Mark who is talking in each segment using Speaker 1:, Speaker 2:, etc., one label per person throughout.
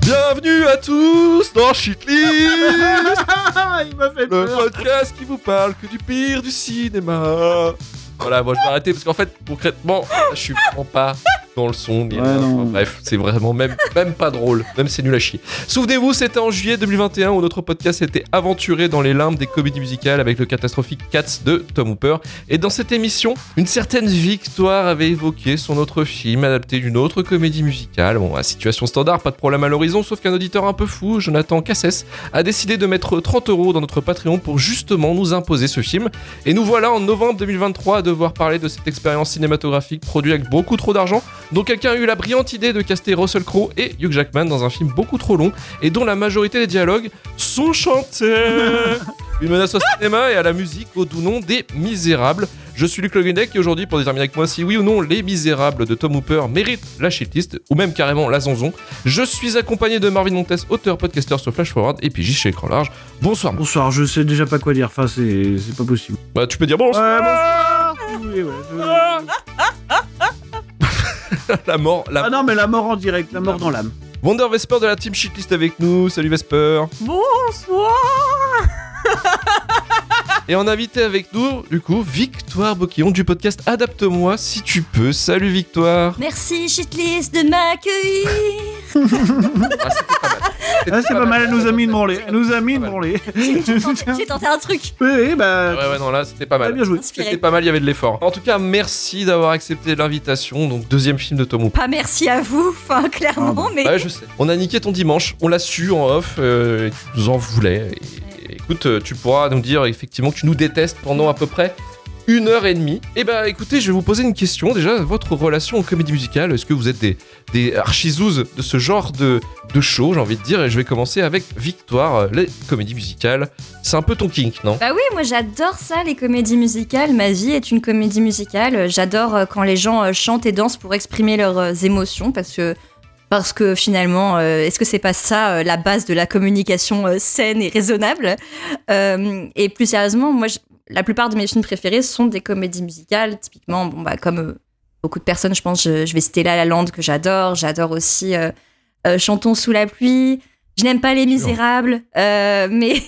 Speaker 1: Bienvenue à tous dans Shitlist,
Speaker 2: Il m'a fait
Speaker 1: le
Speaker 2: peur.
Speaker 1: podcast qui vous parle que du pire du cinéma. Voilà, moi je vais arrêter parce qu'en fait, concrètement, je suis vraiment pas dans le son. ni
Speaker 2: Ouais,
Speaker 1: rien.
Speaker 2: non.
Speaker 1: Enfin, Hein, bref, c'est vraiment même, même pas drôle, même c'est nul à chier. Souvenez-vous, c'était en juillet 2021 où notre podcast s'était aventuré dans les limbes des comédies musicales avec le catastrophique Cats de Tom Hooper. Et dans cette émission, une certaine Victoire avait évoqué son autre film adapté d'une autre comédie musicale. Bon, à situation standard, pas de problème à l'horizon, sauf qu'un auditeur un peu fou, Jonathan Cassès, a décidé de mettre 30 euros dans notre Patreon pour justement nous imposer ce film. Et nous voilà en novembre 2023 à devoir parler de cette expérience cinématographique produite avec beaucoup trop d'argent, dont quelqu'un a eu la brillante idée de caster Russell Crowe et Hugh Jackman dans un film beaucoup trop long et dont la majorité des dialogues sont chantés. Une menace au cinéma et à la musique au doux nom des Misérables. Je suis Luc Le Guinec et aujourd'hui, pour déterminer avec moi si oui ou non Les Misérables de Tom Hooper méritent la shitlist ou même carrément la zonzon, je suis accompagné de Marvin Montes, auteur, podcasteur sur Flash Forward et pigiste chez Écran Large. Bonsoir. Marvin.
Speaker 2: Bonsoir, je sais déjà pas quoi dire, enfin c'est c'est pas possible.
Speaker 1: Bah, tu peux dire bonsoir.
Speaker 2: Ouais, bonsoir Oui, ouais, je-
Speaker 1: la mort, la
Speaker 2: Ah non, mais la mort en direct, la mort dans l'âme.
Speaker 1: Wonder Vesper de la team shitlist avec nous. Salut Vesper.
Speaker 3: Bonsoir
Speaker 1: Et en invité avec nous, du coup, Victoire Boquillon du podcast Adapte-moi si tu peux. Salut Victoire.
Speaker 3: Merci Shitlist de m'accueillir
Speaker 1: Ah, c'était pas mal. Ah, C'était
Speaker 2: Ah, c'est pas mal, elle nous a mis une branlée. Elle nous a mis une
Speaker 1: Pas mal.
Speaker 2: branlée.
Speaker 3: J'ai tenté- j'ai tenté un truc
Speaker 2: Oui, oui,
Speaker 1: Ouais,
Speaker 2: bah.
Speaker 1: ouais, non, là, c'était pas
Speaker 2: Très
Speaker 1: mal.
Speaker 2: bien joué.
Speaker 1: C'était
Speaker 3: inspiré.
Speaker 1: pas mal, il y avait de l'effort. En tout cas, merci d'avoir accepté l'invitation. Donc, deuxième film de Tom Hooper.
Speaker 3: Pas merci à vous, enfin clairement, mais
Speaker 1: Ouais, je sais. On a niqué ton dimanche, on l'a su en off, euh, et tu nous en voulais. Et- et écoute, euh, tu pourras nous dire effectivement que tu nous détestes pendant à peu près une heure et demie. Et bah écoutez, je vais vous poser une question. Déjà, votre relation aux comédies musicales, est-ce que vous êtes des, des archizouzes de ce genre de, de show, j'ai envie de dire Et je vais commencer avec Victoire, euh, les comédies musicales. C'est un peu ton kink, non
Speaker 3: Bah oui, moi j'adore ça, les comédies musicales. Ma vie est une comédie musicale. J'adore euh, quand les gens euh, chantent et dansent pour exprimer leurs euh, émotions parce que. Parce que finalement, euh, est-ce que c'est pas ça euh, la base de la communication euh, saine et raisonnable Euh, Et plus sérieusement, moi, je- la plupart de mes films préférés sont des comédies musicales. Typiquement, bon bah comme euh, beaucoup de personnes, je pense, je, je vais citer La La Land que j'adore. J'adore aussi euh, euh, Chantons sous la pluie. Je n'aime pas Les
Speaker 1: Sûr.
Speaker 3: Misérables, euh, mais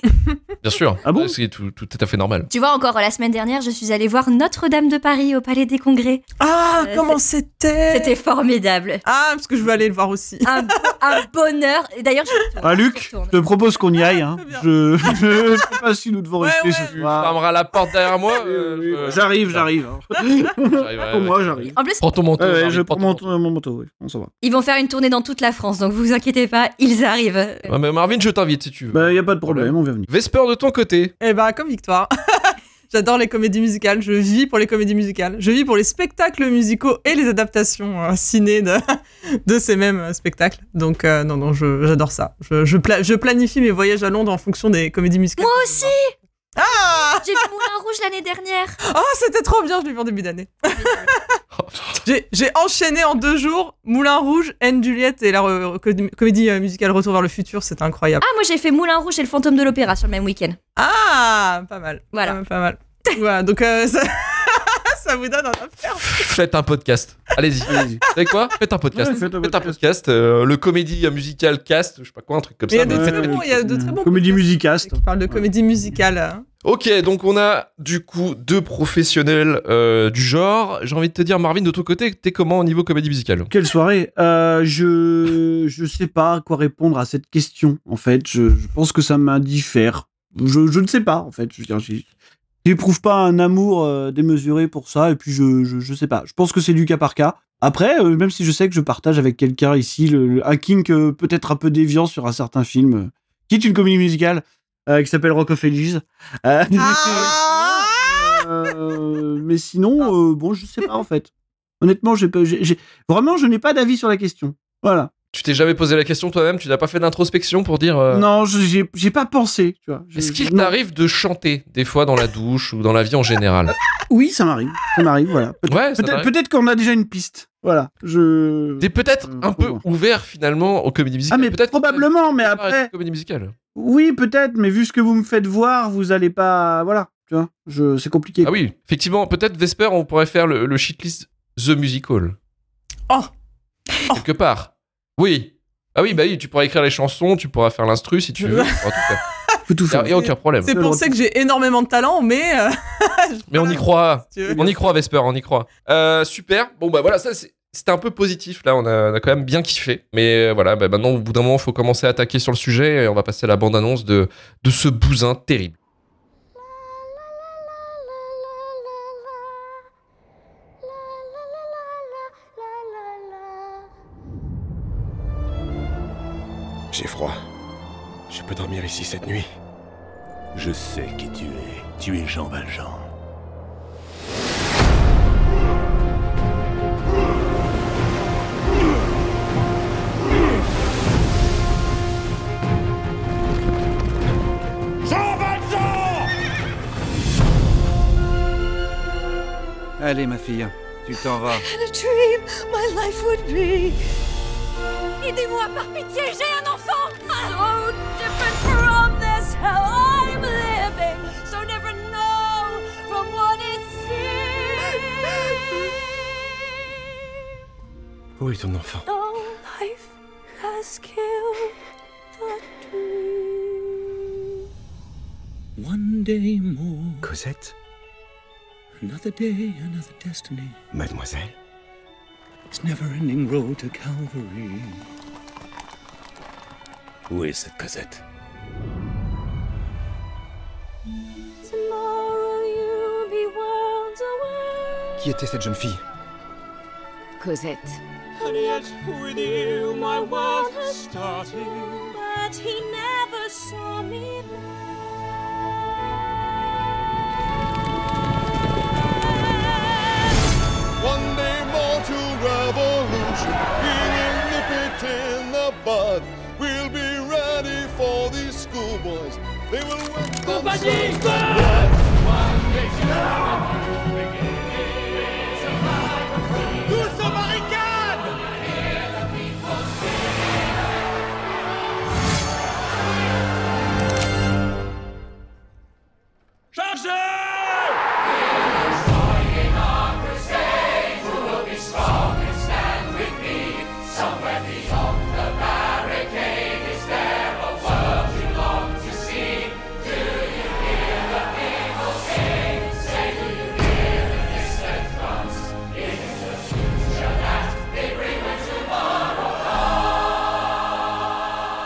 Speaker 1: Bien sûr.
Speaker 2: Ah bon
Speaker 1: Euh, C'est tout, tout est à fait normal.
Speaker 3: tu vois, encore la semaine dernière, je suis allée voir Notre-Dame de Paris au Palais des Congrès.
Speaker 4: Ah,
Speaker 3: Euh,
Speaker 4: comment c'était
Speaker 3: C'était formidable.
Speaker 4: Ah, parce que je veux aller le voir aussi.
Speaker 3: Un, bo- un bonheur. Et D'ailleurs, je.
Speaker 2: Ah, Luc,
Speaker 3: je retourne.
Speaker 2: je te propose qu'on y aille. Hein.
Speaker 4: Très bien.
Speaker 2: Je... je sais pas si nous devons
Speaker 4: Ouais,
Speaker 2: rester
Speaker 4: ouais.
Speaker 2: ce
Speaker 1: Tu
Speaker 2: soir.
Speaker 1: fermeras la porte derrière moi euh, euh,
Speaker 2: J'arrive, j'arrive. hein.
Speaker 1: j'arrive, ouais,
Speaker 2: Pour moi,
Speaker 1: ouais.
Speaker 2: j'arrive.
Speaker 3: En plus,
Speaker 1: Prends ton manteau.
Speaker 2: Ouais, ouais,
Speaker 1: Charlie,
Speaker 2: je
Speaker 1: prends
Speaker 2: prends
Speaker 1: ton
Speaker 2: mon,
Speaker 1: manteau.
Speaker 2: mon manteau, oui. On s'en va.
Speaker 3: ils vont faire une tournée dans toute la France, donc vous inquiétez pas, ils arrivent.
Speaker 1: Ouais, mais Marvin, je t'invite si tu veux.
Speaker 2: Bah, y a pas de problème, on va venir.
Speaker 1: Vesper de ton côté.
Speaker 4: Eh ben, comme Victoire. J'adore les comédies musicales, je vis pour les comédies musicales. Je vis pour les spectacles musicaux et les adaptations euh, ciné de, de ces mêmes euh, spectacles. Donc, euh, non, non, je- j'adore ça. Je, je, pla- je planifie mes voyages à Londres en fonction des comédies musicales.
Speaker 3: Moi aussi
Speaker 4: Ah,
Speaker 3: J'ai vu Moulin Rouge l'année dernière.
Speaker 4: Ah, c'était trop bien, je l'ai vu en début d'année. J'ai j'ai enchaîné en deux jours Moulin Rouge, Anne Juliette et la re- comédie- comédie euh, musicale Retour vers le futur, c'était incroyable.
Speaker 3: Ah, moi j'ai fait Moulin Rouge et le fantôme de l'opéra sur le même week-end.
Speaker 4: Ah, pas mal.
Speaker 3: Voilà.
Speaker 4: Pas mal, pas mal. voilà, donc euh, ça... ça vous donne un
Speaker 1: Faites un podcast. Allez-y. Vous
Speaker 2: Allez-y.
Speaker 1: savez quoi Faites un podcast.
Speaker 2: Ouais, faites un
Speaker 1: Faites un podcast. euh, le comédie musical cast, je sais pas quoi, un truc comme
Speaker 4: Mais il y
Speaker 1: ça.
Speaker 4: a des
Speaker 1: mais-
Speaker 4: très bons, il y a de très bons.
Speaker 2: Comédie
Speaker 4: podcasts
Speaker 2: musicaste.
Speaker 4: Qui parle de comédie musicale. hein.
Speaker 1: Ok, donc on a du coup deux professionnels euh, du genre. J'ai envie de te dire, Marvin, de ton côté, t'es comment au niveau comédie musicale
Speaker 2: Quelle soirée Euh, Je je sais pas quoi répondre à cette question en fait. Je, je pense que ça m'indiffère. Je, je ne sais pas en fait. Je veux dire, j'ai- j'éprouve pas un amour euh, démesuré pour ça et puis je, je je sais pas. Je pense que c'est du cas par cas. Après, euh, même si je sais que je partage avec quelqu'un ici le, le hacking euh, peut-être un peu déviant sur un certain film euh, qui est une comédie musicale euh, qui s'appelle Rock of Ages. Euh,
Speaker 4: Ah
Speaker 2: euh, mais sinon, euh, bon, je sais pas en fait. Honnêtement, j'ai pas- j'ai- j'ai- vraiment, je n'ai pas d'avis sur la question. Voilà.
Speaker 1: Tu t'es jamais posé la question toi-même Tu n'as pas fait d'introspection pour dire. euh,
Speaker 2: Non, je- j'ai j'ai pas pensé, tu vois. Je-
Speaker 1: Est-ce qu'il
Speaker 2: non.
Speaker 1: t'arrive de chanter des fois dans la douche ou dans la vie en général
Speaker 2: Oui, ça m'arrive. Ça m'arrive, voilà. Peut-
Speaker 1: Ouais, ça
Speaker 2: Peut-être
Speaker 1: t'arrive.
Speaker 2: peut-être qu'on a déjà une piste. Voilà. Je.
Speaker 1: T'es peut-être
Speaker 2: Euh,
Speaker 1: un peu
Speaker 2: bon.
Speaker 1: ouvert finalement aux comédies musicales.
Speaker 2: Ah, mais
Speaker 1: peut-être que-
Speaker 2: probablement, mais
Speaker 1: Ah,
Speaker 2: après.
Speaker 1: Comédie musicale.
Speaker 2: Oui, peut-être, mais vu ce que vous me faites voir, vous allez pas. Voilà. Tu vois, je... c'est compliqué.
Speaker 1: Ah oui, effectivement, peut-être Vesper, on pourrait faire le, le shitlist The Musical.
Speaker 4: Oh. Oh.
Speaker 1: Quelque part. Oui. Ah oui, bah oui, tu pourras écrire les chansons, tu pourras faire l'instru si tu veux. tu pourras tout faire.
Speaker 2: Faut tout
Speaker 1: Y a-
Speaker 2: faire.
Speaker 1: y a aucun problème.
Speaker 4: C'est pour ça que j'ai énormément de talent, mais. euh,
Speaker 1: Mais on y croit.
Speaker 4: si tu veux.
Speaker 1: On y croit, Vesper, on y croit. Euh, super. Bon, bah voilà, ça c'est- C'était un peu positif là, on a, on a quand même bien kiffé. Mais euh, voilà, bah, maintenant au bout d'un moment, il faut commencer à attaquer sur le sujet et on va passer à la bande-annonce de, de ce bousin terrible.
Speaker 5: J'ai froid. Je peux dormir ici cette nuit. Je sais qui tu es. Tu es Jean Valjean.
Speaker 6: Allez, ma fille, tu t'en vas.
Speaker 7: a dream my life would be.
Speaker 3: Aidez-moi, par pitié, j'ai un enfant So different from this, how I'm living So never know from what it seems
Speaker 5: Où est ton enfant
Speaker 3: Oh.
Speaker 7: No life has killed the dream.
Speaker 5: Cosette Mademoiselle Où est cette Cosette
Speaker 7: Tomorrow you'll be worlds away.
Speaker 6: Qui était cette jeune fille
Speaker 8: Cosette.
Speaker 7: But he never saw me.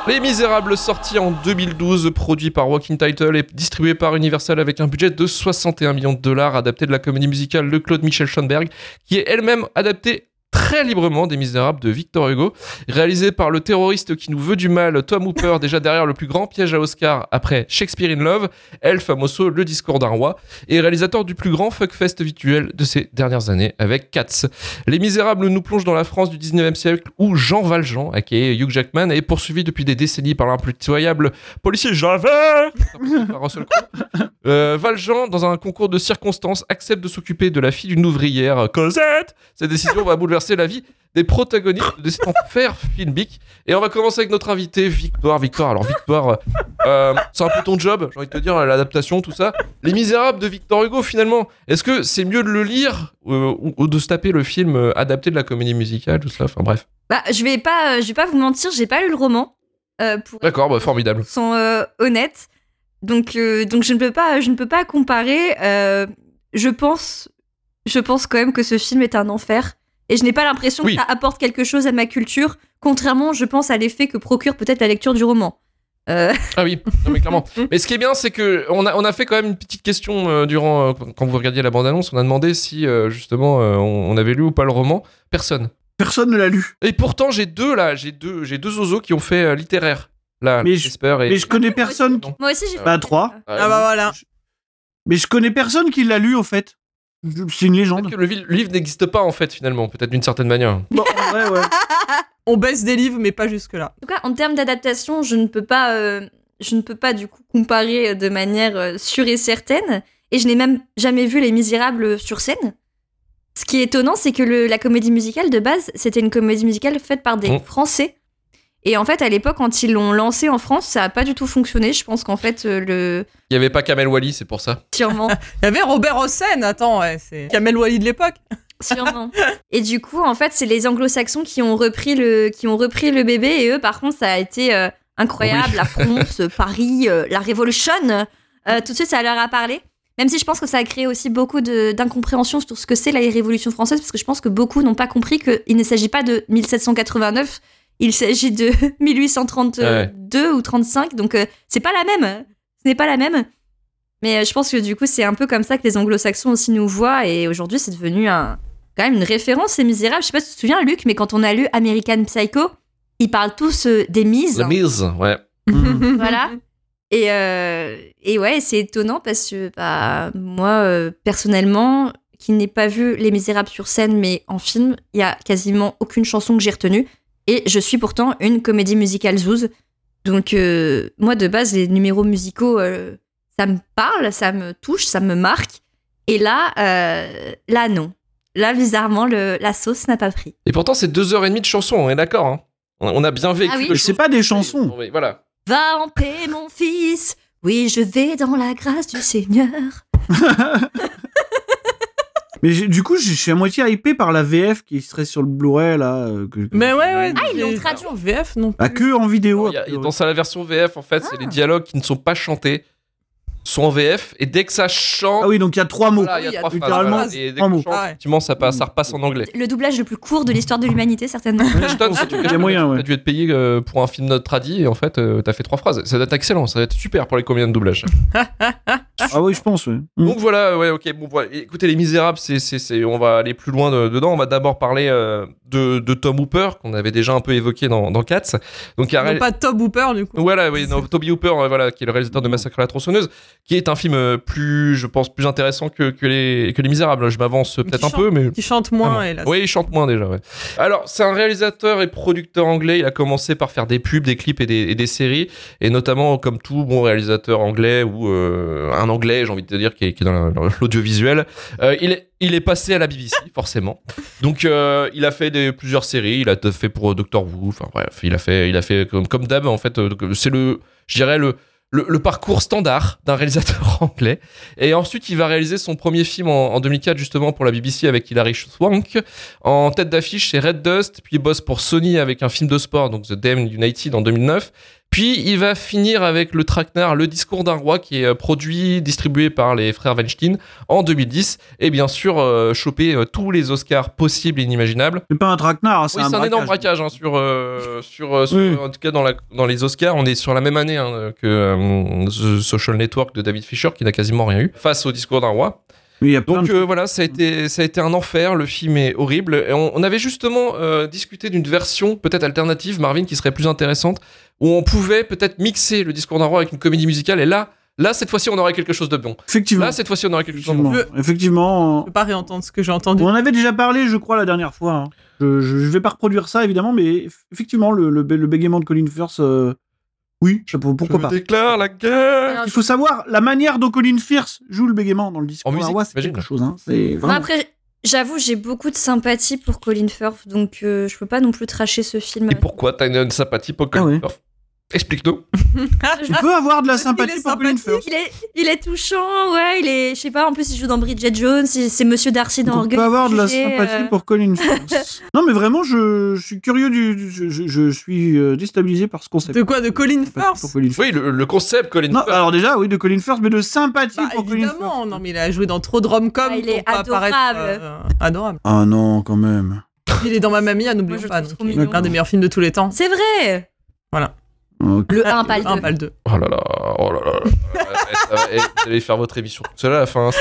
Speaker 1: Les Misérables, sorti en 2012, produit par Walking Title et distribué par Universal avec un budget de 61 millions de dollars, adapté de la comédie musicale Le Claude Michel Schoenberg, qui est elle-même adaptée très librement des Misérables de Victor Hugo, réalisé par le terroriste qui nous veut du mal, Tom Hooper, déjà derrière le plus grand piège à Oscar après Shakespeare in Love, El Famoso, Le Discours d'un Roi, et réalisateur du plus grand fuckfest virtuel de ces dernières années avec Katz. Les Misérables nous plongent dans la France du 19e siècle où Jean Valjean, aka Hugh Jackman, est poursuivi depuis des décennies par l'impitoyable policier Javert par Russell Crowe. Euh, Valjean, dans un concours de circonstances, accepte de s'occuper de la fille d'une ouvrière, euh, Cosette. Cette décision va bouleverser la vie des protagonistes de cet enfer filmique. Et on va commencer avec notre invité, Victoire. Victoire, alors Victoire, euh, euh, c'est un peu ton job, j'ai envie de te dire, l'adaptation, tout ça. Les Misérables de Victor Hugo, finalement, est-ce que c'est mieux de le lire euh, ou, ou de se taper le film euh, adapté de la comédie musicale, tout ça Enfin bref.
Speaker 3: Bah, je vais pas, euh, je vais pas vous mentir, j'ai pas lu le roman euh, pour être
Speaker 1: D'accord, bah, formidable.
Speaker 3: 100% euh, honnête. Donc, euh, donc je ne peux pas, je ne peux pas comparer. Euh, je pense, je pense quand même que ce film est un enfer. Et je n'ai pas l'impression
Speaker 1: Oui.
Speaker 3: que ça apporte quelque chose à ma culture, contrairement, je pense, à l'effet que procure peut-être la lecture du roman. Euh,
Speaker 1: Ah oui, non, mais clairement. Mais ce qui est bien, c'est que on a, on a fait quand même une petite question euh, durant euh, quand vous regardiez la bande-annonce. On a demandé si euh, justement euh, on, on avait lu ou pas le roman. Personne.
Speaker 2: Personne ne l'a lu.
Speaker 1: Et pourtant, j'ai deux là, j'ai deux, j'ai deux osos qui ont fait euh, littéraire. Là,
Speaker 2: Mais je-
Speaker 1: Jasper et.
Speaker 2: Mais je connais personne. qui-
Speaker 1: Non.
Speaker 3: moi aussi, j'ai.
Speaker 2: Bah, trois.
Speaker 1: Ah,
Speaker 4: Ah bah voilà.
Speaker 2: Mais je connais personne qui l'a lu, au fait. Je- C'est une
Speaker 1: Peut-être
Speaker 2: légende.
Speaker 1: que le, vil- le livre n'existe pas en fait finalement, peut-être d'une certaine manière.
Speaker 2: Bon, en vrai, ouais.
Speaker 4: On baisse des livres, mais pas jusque-là.
Speaker 3: En tout cas, en termes d'adaptation, je ne peux pas, euh, je ne peux pas du coup comparer de manière euh, sûre et certaine. Et je n'ai même jamais vu Les Misérables sur scène. Ce qui est étonnant, c'est que le- la comédie musicale de base, c'était une comédie musicale faite par des
Speaker 1: Mm.
Speaker 3: Français. Et en fait, à l'époque, quand ils l'ont lancée en France, ça n'a pas du tout fonctionné. Je pense qu'en fait, euh, le
Speaker 1: Il y avait pas Kamel Wally, c'est pour ça.
Speaker 3: sûrement.
Speaker 4: Il y avait Robert Hossein, attends, ouais, c'est Kamel Wally de l'époque.
Speaker 3: Sûrement. Et du coup, en fait, c'est les anglo-saxons qui ont repris le qui ont repris le bébé et eux par contre, ça a été euh, incroyable,
Speaker 1: Oui.
Speaker 3: la France, Paris, euh, la Revolution. Euh, tout de suite, ça leur a parlé. Même si je pense que ça a créé aussi beaucoup de- d'incompréhension sur ce que c'est la Révolution française, parce que je pense que beaucoup n'ont pas compris qu'il ne s'agit pas de 1789, il s'agit de 1832 ou 35, donc euh, c'est pas la même. Ce n'est pas la même. Mais euh, je pense que du coup, c'est un peu comme ça que les anglo-saxons aussi nous voient, et aujourd'hui, c'est devenu un, quand même une référence, c'est misérable. Je sais pas si tu te souviens, Luc, mais quand on a lu American Psycho, ils parlent tous euh, des mises.
Speaker 1: La mise, ouais.
Speaker 2: Hmm.
Speaker 3: Voilà. Et, euh, et ouais, c'est étonnant parce que bah, moi, euh, personnellement, qui n'ai pas vu Les Misérables sur scène, mais en film, il y a quasiment aucune chanson que j'ai retenue. Et je suis pourtant une comédie musicale zouze. Donc, euh, moi, de base, les numéros musicaux, euh, ça me parle, ça me touche, ça me marque. Et là, euh, là, non. Là, bizarrement, le- la sauce n'a pas pris.
Speaker 1: Et pourtant, c'est deux heures et demie de chansons, on est d'accord. hein. On on a bien vécu.
Speaker 3: Ah oui.
Speaker 1: le
Speaker 2: Mais c'est pas des chansons.
Speaker 1: Oui, Voilà.
Speaker 3: Va en paix, mon fils. Oui, je vais dans la grâce du Seigneur.
Speaker 2: Mais j'ai- du coup, je je suis à moitié hypé par la VF qui serait sur le Blu-ray là. euh, que- que-
Speaker 4: Mais ouais, ouais.
Speaker 3: Ah, ils l'ont
Speaker 4: j'ai-
Speaker 3: traduit.
Speaker 4: en VF, non
Speaker 2: Bah, que en vidéo.
Speaker 1: Il y a-
Speaker 2: a priori.
Speaker 1: dans sa- la version VF, en fait, c'est les dialogues qui ne sont pas chantés, sont en VF, et dès que ça chante,
Speaker 2: Ah oui, donc il y a trois mots.
Speaker 1: voilà, il y a trois phrases,
Speaker 2: littéralement,
Speaker 1: voilà, et dès
Speaker 2: trois
Speaker 1: que ça
Speaker 2: mots.
Speaker 1: chante,
Speaker 4: Ah ouais.
Speaker 1: effectivement, ça, passe, ça repasse en anglais.
Speaker 3: le doublage le plus court de l'histoire de l'humanité, certainement.
Speaker 2: Hein
Speaker 1: Je donne ce truc,
Speaker 2: Ah, Il y a moyen,
Speaker 1: T'as
Speaker 2: ouais.
Speaker 1: dû être payé euh, pour un film notre tradit et en fait euh, t'as fait trois phrases. Ça doit être excellent, ça doit être super pour les comédiens de doublage.
Speaker 2: Ah oui, je pense. ouais.
Speaker 4: Mm.
Speaker 2: Hmm.
Speaker 1: Donc voilà, ouais, ok, bon, voilà. écoutez, Les Misérables, c'est, c'est, c'est- on va aller plus loin de- dedans. On va d'abord parler euh, de, de Tom Hooper, qu'on avait déjà un peu évoqué dans, dans Cats. Donc, il y a-
Speaker 4: Non, pas Top Hooper, du coup.
Speaker 1: Voilà, oui, non, Toby Hooper, euh, voilà, qui est le réalisateur de Massacre à la tronçonneuse, qui est un film euh, plus, je pense, plus intéressant que, que, les, que les Misérables. Je m'avance euh,
Speaker 4: Mais
Speaker 1: peut-être
Speaker 4: qui
Speaker 1: un peu, mais
Speaker 4: Qui chante moins,
Speaker 1: Ah non.
Speaker 4: et là.
Speaker 1: Oui, il chante moins déjà. ouais. Alors, c'est un réalisateur et producteur anglais. Il a commencé par faire des pubs, des clips et des, et des séries. Et notamment, comme tout bon réalisateur anglais ou euh, un anglais, j'ai envie de te dire, qui est, qui est dans la- dans l'audiovisuel, euh, il, est, il est passé à la BBC, forcément. Donc, euh, il a fait des, plusieurs séries. Il a fait pour euh, Doctor Who. Enfin, bref, il a fait, il a fait comme, comme d'hab, en fait. euh, c'est le, je dirais, le. Le, le parcours standard d'un réalisateur anglais. Et ensuite, il va réaliser son premier film en, en 2004, justement, pour la BBC avec Hilary Swank. En tête d'affiche, c'est Red Dust, puis il bosse pour Sony avec un film de sport, donc The Damn United en 2009. Puis il va finir avec le traquenard Le Discours d'un roi, qui est euh, produit, distribué par les frères Weinstein en 2010. Et bien sûr, euh, choper euh, tous les Oscars possibles et inimaginables.
Speaker 2: C'est pas un traquenard, hein, c'est
Speaker 1: Oui,
Speaker 2: un,
Speaker 1: c'est un énorme
Speaker 2: braquage.
Speaker 1: braquage hein, sur, euh, sur, euh, sur-
Speaker 2: Oui.
Speaker 1: en tout cas dans, la- dans les Oscars. On est sur la même année hein, que euh, The Social Network de David Fisher, qui n'a quasiment rien eu, face au discours d'un roi.
Speaker 2: Mais il y a plein
Speaker 1: Donc
Speaker 2: de-
Speaker 1: euh, voilà, ça a, été, ça a été un enfer, le film est horrible. Et on, on avait justement euh, discuté d'une version peut-être alternative, Marvin, qui serait plus intéressante, où on pouvait peut-être mixer le discours d'un roi avec une comédie musicale. Et là, là cette fois-ci, on aurait quelque chose de bon.
Speaker 2: Effectivement.
Speaker 1: Là, cette fois-ci, on aurait quelque chose de bon.
Speaker 2: Effectivement. Effectivement,
Speaker 4: Je peux pas réentendre ce que j'ai entendu.
Speaker 2: On en avait déjà parlé, je crois, la dernière fois. hein. Je, je, je vais pas reproduire ça, évidemment, mais eff- effectivement, le, le, bé- le bégaiement de Colin Firth, euh, oui, je- pour- pourquoi
Speaker 1: Je
Speaker 2: pas.
Speaker 1: déclare la guerre
Speaker 2: Il faut savoir la manière dont Colin Firth joue le bégaiement dans le discours.
Speaker 1: En musique,
Speaker 2: Ah ouais, c'est
Speaker 1: j'imagine.
Speaker 2: quelque chose. Hein. C'est
Speaker 3: Moi,
Speaker 2: vraiment-
Speaker 3: après, j'avoue, j'ai beaucoup de sympathie pour Colin Firth, donc euh, je peux pas non plus tracher ce film.
Speaker 1: Et pourquoi t'as une, une sympathie pour Colin
Speaker 2: Ah ouais.
Speaker 1: Firth Explique-nous.
Speaker 2: Tu peux avoir de la
Speaker 4: Parce qu'il
Speaker 2: sympathie
Speaker 4: est
Speaker 2: pour Colin
Speaker 4: sympathique.
Speaker 2: Firth.
Speaker 3: Il est, il est touchant, ouais, il est. Je sais pas, en plus, il joue dans Bridget Jones, il- c'est Monsieur Darcy dans
Speaker 2: On
Speaker 3: Orgueil.
Speaker 2: peut avoir de la
Speaker 3: et Préjugés,
Speaker 2: sympathie
Speaker 3: euh,
Speaker 2: pour Colin Firth. non, mais vraiment, je, je suis curieux du. du- Je, je- je suis euh, déstabilisé par ce concept.
Speaker 4: De quoi De Colin
Speaker 2: Sympathie pour
Speaker 4: Firth
Speaker 2: Colin Firth.
Speaker 1: Oui, le, le concept Colin
Speaker 2: Non, euh.
Speaker 1: Firth.
Speaker 2: alors déjà, oui, de Colin Firth, mais de sympathie
Speaker 4: Bah,
Speaker 2: pour Colin Firth.
Speaker 4: évidemment, non, mais il a joué dans trop de rom-com.
Speaker 3: Ah, il est
Speaker 4: pour pas
Speaker 3: adorable.
Speaker 4: paraître, euh, adorable.
Speaker 2: Ah non, quand même.
Speaker 4: Il est dans ma mamie,
Speaker 3: Moi,
Speaker 4: à
Speaker 3: je
Speaker 4: n'oublions
Speaker 3: le
Speaker 4: pas.
Speaker 3: trouve
Speaker 4: donc,
Speaker 3: trop
Speaker 2: mignon.
Speaker 4: L'un des meilleurs films de tous les temps.
Speaker 3: C'est vrai
Speaker 2: Ok.
Speaker 3: Le 1, pas le
Speaker 2: ah, bah,
Speaker 4: Un,
Speaker 3: 2.
Speaker 4: pas le deux.
Speaker 1: Oh là là, oh là là. Ouais, ça va, eh, vous allez faire votre émission tout seul à la fin. ça.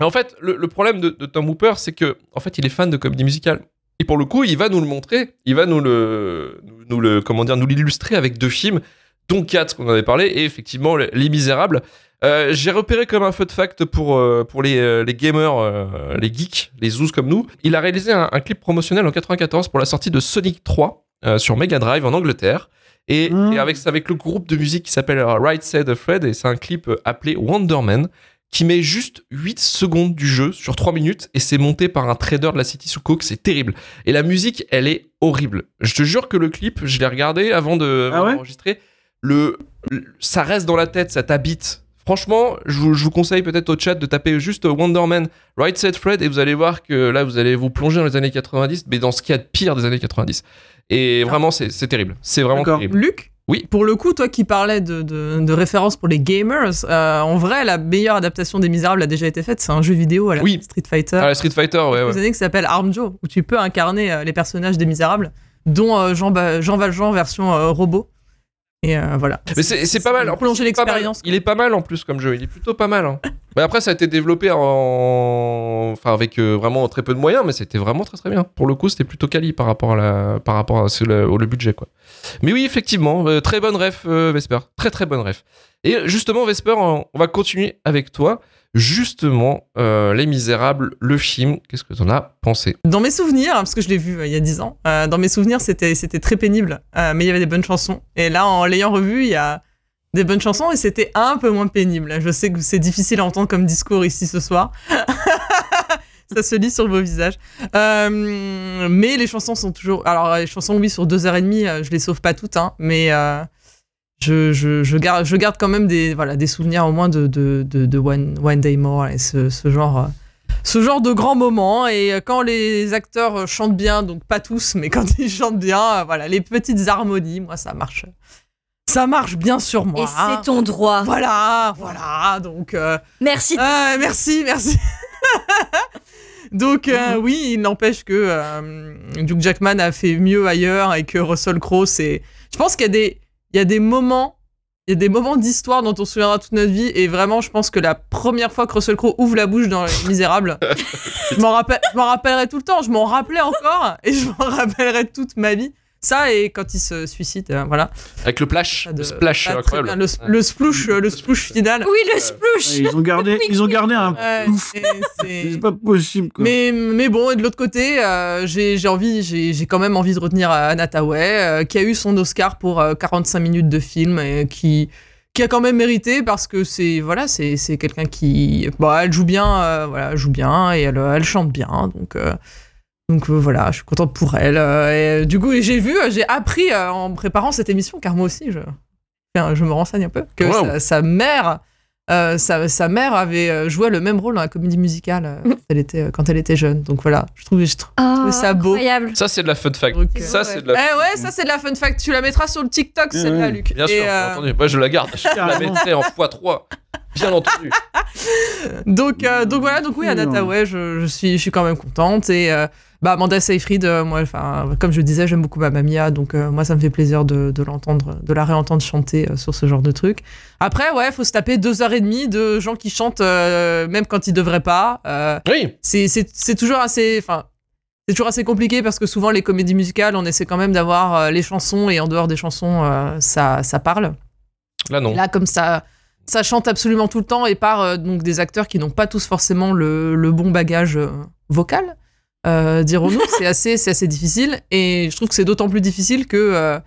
Speaker 1: Mais en fait, le, le problème de, de Tom Hooper, c'est que, en fait, il est fan de comédie musicale. Et pour le coup, il va nous le montrer, il va nous le, nous, nous le comment dire, nous l'illustrer avec deux films, dont Cats qu'on avait parlé, et effectivement Les Les Misérables. Euh, J'ai repéré comme un feu de fact pour, euh, pour les, euh, les gamers, euh, les geeks, les zoos comme nous. Il a réalisé un, un clip promotionnel en 94 pour la sortie de Sonic 3 euh, sur Mega Drive en Angleterre. Et,
Speaker 2: Mm.
Speaker 1: et avec, c'est avec le groupe de musique qui s'appelle euh, Right Said Fred, et c'est un clip euh, appelé Wonderman qui met juste 8 secondes du jeu sur 3 minutes et c'est monté par un trader de la City sous coke, c'est terrible. Et la musique, elle est horrible. Je te jure que le clip, je l'ai regardé avant de
Speaker 2: Ah ouais
Speaker 1: d'enregistrer. le, le- ça reste dans la tête, ça t'habite. Franchement, je vous, je vous conseille peut-être au chat de taper juste Wonderman Right Said Fred et vous allez voir que là, vous allez vous plonger dans les années 90, mais dans ce qu'il y a de pire des années 90. Et vraiment, c'est c'est terrible. C'est vraiment
Speaker 2: D'accord.
Speaker 1: terrible.
Speaker 4: Luc
Speaker 1: Oui.
Speaker 4: Pour le coup, toi qui parlais de, de, de références pour les gamers, euh, en vrai, la meilleure adaptation des Misérables a déjà été faite. C'est un jeu vidéo à la
Speaker 1: Oui.
Speaker 4: Street Fighter.
Speaker 1: Ah, la Street Fighter, ouais, ouais.
Speaker 4: quelques années qui s'appelle Arm Joe, où tu peux incarner euh, les personnages des Misérables, dont euh, Jean, Ba- Jean Valjean version euh, robot. Et euh, voilà.
Speaker 1: Mais c'est c'est pas mal. En plus,
Speaker 4: Plonger
Speaker 1: il est pas mal.
Speaker 4: l'expérience.
Speaker 1: Il est pas mal en plus comme jeu. Il est plutôt pas mal. hein. mais après, ça a été développé en, enfin avec euh, vraiment très peu de moyens, mais c'était vraiment très très bien. Pour le coup, c'était plutôt quali par rapport à la, par rapport à ce- le, au le budget quoi. Mais oui, effectivement, euh, très bonne ref euh, Vesper, très très bonne ref. Et justement, Vesper, on on va continuer avec toi. Justement, euh, Les Misérables, le film, qu'est-ce que t'en as pensé
Speaker 4: Dans mes souvenirs, parce que je l'ai vu euh, il y a 10 ans, euh, dans mes souvenirs, c'était c'était très pénible, euh, mais il y avait des bonnes chansons. Et là, en l'ayant revu, il y a des bonnes chansons et c'était un peu moins pénible. Je sais que c'est difficile à entendre comme discours ici ce soir. Ça se lit sur vos visages. Euh, mais les chansons sont toujours. Alors, les chansons, oui, sur deux heures et demie, euh, je les sauve pas toutes, hein, mais euh, je, je, je garde, je garde quand même des, voilà, des souvenirs au moins de, de, de, de One, One Day More et ce, ce genre. euh, ce genre de grands moments et euh, quand les acteurs euh, chantent bien, donc pas tous, mais quand ils chantent bien, euh, voilà, les petites harmonies, moi ça marche. Ça marche bien sur moi.
Speaker 3: Et
Speaker 4: hein.
Speaker 3: c'est ton droit.
Speaker 4: Voilà, voilà, donc euh,
Speaker 3: Merci.
Speaker 4: euh, merci, merci. donc
Speaker 1: Mhm.
Speaker 4: euh, oui, il n'empêche que euh, Duke Jackman a fait mieux ailleurs et que Russell Crowe, c'est... Je pense qu'il y a des, il y a des moments, il y a des moments d'histoire dont on se souviendra toute notre vie et vraiment, je pense que la première fois que Russell Crowe ouvre la bouche dans Les Misérables, je m'en rappelle, je m'en rappellerai tout le temps, je m'en rappelais encore et je m'en rappellerai toute ma vie. Ça et quand il se suicide, euh, voilà.
Speaker 1: Avec le plash,
Speaker 4: Pas
Speaker 1: le
Speaker 4: de-
Speaker 1: splash, euh,
Speaker 4: pas très
Speaker 1: incroyable.
Speaker 4: bien. Le, s- le splush, euh, le splush final.
Speaker 3: Oui,
Speaker 2: Euh,
Speaker 3: le sploosh.
Speaker 2: Ouais, ils ont gardé, ils ont gardé un
Speaker 4: Ouais,
Speaker 2: plouf.
Speaker 4: et
Speaker 2: C'est pas possible. Quoi.
Speaker 4: Mais, mais bon, et de l'autre côté, euh, j'ai j'ai envie, j'ai j'ai quand même envie de retenir euh, Anna Tawai, euh, qui a eu son Oscar pour euh, 45 minutes de film et qui qui a quand même mérité parce que c'est voilà, c'est c'est quelqu'un qui bah elle joue bien, euh, voilà, elle joue bien et elle euh, elle chante bien, donc. euh, donc euh, voilà, je suis contente pour elle. euh, et, euh, du coup, et j'ai vu, euh, j'ai appris euh, en préparant cette émission, car moi aussi, je, enfin, je me renseigne un peu, que
Speaker 1: Wow.
Speaker 4: sa, sa mère, euh, sa, sa mère avait euh, joué le même rôle dans la comédie musicale euh, quand, elle était, euh, quand elle était jeune. Donc voilà, je trouvais, je trouve
Speaker 3: Ah,
Speaker 4: ça beau.
Speaker 3: Incroyable.
Speaker 1: Ça, c'est de la fun fact.
Speaker 4: Donc, euh,
Speaker 1: Ça, c'est de la.
Speaker 4: eh ouais, ça c'est de la fun fact. Tu la mettras sur le TikTok,
Speaker 2: Ouais,
Speaker 4: celle-là,
Speaker 2: ouais.
Speaker 4: Luc.
Speaker 1: Bien
Speaker 4: Et,
Speaker 1: sûr, bien
Speaker 4: euh,
Speaker 1: entendu. Moi, je la garde. Je la
Speaker 2: Carrément.
Speaker 1: mettrai en x3. Bien entendu.
Speaker 4: Donc, euh, donc voilà, donc oui, Anata, ouais, je, je suis, je suis quand même contente. Et euh, bah, Amanda Seyfried, euh, moi, enfin, comme je le disais, j'aime beaucoup Mamma Mia, donc euh, moi, ça me fait plaisir de, de l'entendre, de la réentendre chanter euh, sur ce genre de truc. Après, ouais, faut se taper deux heures et demie de gens qui chantent euh, même quand ils devraient pas. Euh,
Speaker 1: Oui.
Speaker 4: c'est- c'est c'est toujours assez enfin c'est toujours assez compliqué parce que souvent les comédies musicales on essaie quand même d'avoir euh, les chansons et en dehors des chansons euh, ça ça parle
Speaker 1: Là, non.
Speaker 4: et là comme ça ça chante absolument tout le temps et par euh, donc des acteurs qui n'ont pas tous forcément le, le bon bagage euh, vocal euh, dirons-nous c'est assez c'est assez difficile et je trouve que c'est d'autant plus difficile que euh,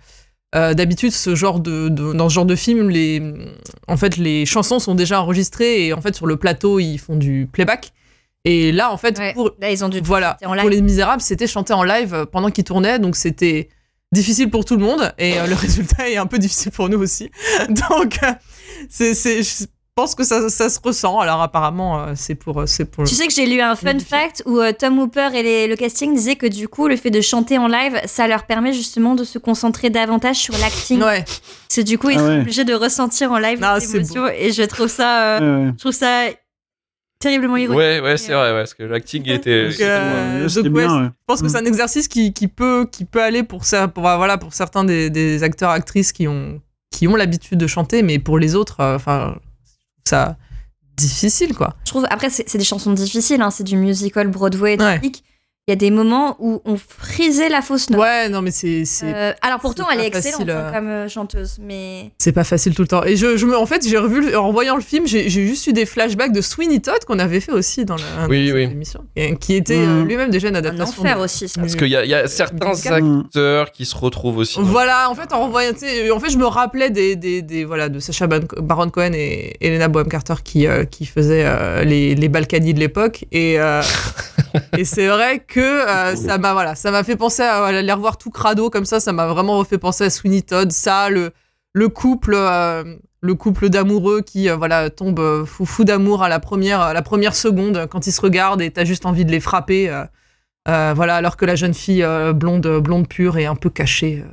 Speaker 4: euh, d'habitude ce genre de, de- dans ce genre de film les en fait les chansons sont déjà enregistrées et en fait sur le plateau ils font du playback et là en fait
Speaker 3: Ouais.
Speaker 4: pour
Speaker 3: Là, ils ont dû.
Speaker 4: voilà.
Speaker 3: C'était en live.
Speaker 4: Pour les Misérables, c'était chanté en live euh, pendant qu'ils tournaient, donc c'était difficile pour tout le monde et euh, le résultat est un peu difficile pour nous aussi. donc, euh, c'est, c'est- je pense que ça, ça se ressent. Alors apparemment, euh, c'est pour, euh, c'est pour.
Speaker 3: Tu sais que j'ai lu un fun
Speaker 4: Magnifique.
Speaker 3: fact où euh, Tom Hooper et les- le casting disaient que du coup, le fait de chanter en live, ça leur permet justement de se concentrer davantage sur l'acting.
Speaker 4: Ouais.
Speaker 3: C'est du coup, ils
Speaker 2: Ah
Speaker 3: sont
Speaker 2: ouais.
Speaker 3: obligés de ressentir en live
Speaker 4: Ah,
Speaker 3: les
Speaker 4: c'est
Speaker 3: émotions et je trouve ça, euh,
Speaker 2: Ouais, ouais.
Speaker 3: je trouve ça terriblement ironique.
Speaker 1: Ouais, ouais, c'est vrai, ouais, parce que l'acting était.
Speaker 4: euh, Donc, euh,
Speaker 2: Ouais, c'était
Speaker 4: donc, ouais,
Speaker 2: bien, ouais.
Speaker 4: Je pense que
Speaker 2: Mm.
Speaker 4: c'est un exercice qui, qui peut, qui peut aller pour, ça, pour, euh, voilà, pour certains des, des acteurs, actrices qui ont, qui ont l'habitude de chanter, mais pour les autres, euh, enfin, ça difficile quoi.
Speaker 3: Je trouve, après, c'est c'est des chansons difficiles, hein, c'est du musical Broadway
Speaker 4: Ouais.
Speaker 3: typique. Il y a des moments où on frisait la fausse note.
Speaker 4: Ouais, non, mais c'est, c'est
Speaker 3: Euh, alors pourtant,
Speaker 4: c'est
Speaker 3: elle est
Speaker 4: pas
Speaker 3: excellente
Speaker 4: facile,
Speaker 3: hein,
Speaker 4: euh.
Speaker 3: comme euh, chanteuse, mais
Speaker 4: C'est pas facile tout le temps. Et je, je me, en fait, j'ai revu, le- en voyant le film, j'ai j'ai juste eu des flashbacks de Sweeney Todd qu'on avait fait aussi dans la
Speaker 1: Oui,
Speaker 4: dans cette
Speaker 1: oui.
Speaker 4: émission, et- qui était euh,
Speaker 2: Mhm.
Speaker 4: lui-même déjà une
Speaker 3: Mm. un
Speaker 4: adaptation.
Speaker 3: enfer
Speaker 4: de-
Speaker 3: aussi. Ça.
Speaker 1: Parce qu'il y, a- il y a certains
Speaker 4: Musical.
Speaker 2: Mm.
Speaker 1: acteurs qui se retrouvent aussi. dans-
Speaker 4: Voilà, en fait, en revoyant, tu sais, en fait, je me rappelais des, des, des- voilà, de Sacha Baron Cohen et Elena Bohem Carter qui, euh, qui faisaient euh, les, les Balkany de l'époque. Et, euh, et c'est vrai que euh, ça m'a voilà, ça m'a fait penser à voilà, les revoir tout crado comme ça. Ça m'a vraiment refait penser à Sweeney Todd, ça, le, le couple. euh, le couple d'amoureux qui euh, voilà tombe euh, fou, fou d'amour à la première à la première seconde euh, quand ils se regardent et t'as juste envie de les frapper euh, euh, voilà alors que la jeune fille euh, blonde blonde pure est un peu cachée euh,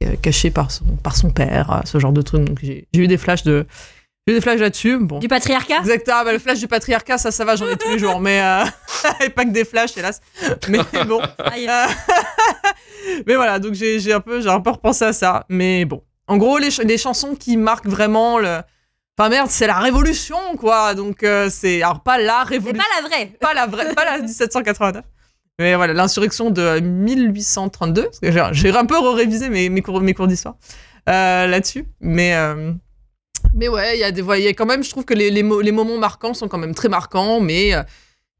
Speaker 4: voilà, euh, cachée par son par son père euh, ce genre de truc donc j'ai j'ai eu des flashs de j'ai eu des flashs là-dessus bon
Speaker 3: Du patriarcat
Speaker 4: Exactement, bah, le flash du patriarcat, ça, ça va, j'en ai tous les jours, mais euh, et pas que des flashs, hélas. Mais bon,
Speaker 3: Aïe.
Speaker 4: euh, mais voilà, donc j'ai j'ai un peu, j'ai un peu repensé à ça. Mais bon, en gros, les, ch- les chansons qui marquent vraiment le, enfin merde, c'est la révolution, quoi. Donc euh, c'est, alors pas la
Speaker 3: C'est
Speaker 4: révolution,
Speaker 3: pas la vraie.
Speaker 4: pas la vraie, pas la 1789. Mais voilà, l'insurrection de 1832. parce que j'ai- J'ai un peu révisé mes, mes cours, mes cours d'histoire euh, là-dessus. Mais, euh, mais ouais, il y a des voyez quand même, je trouve que les, les, mo- les moments marquants sont quand même très marquants, mais euh,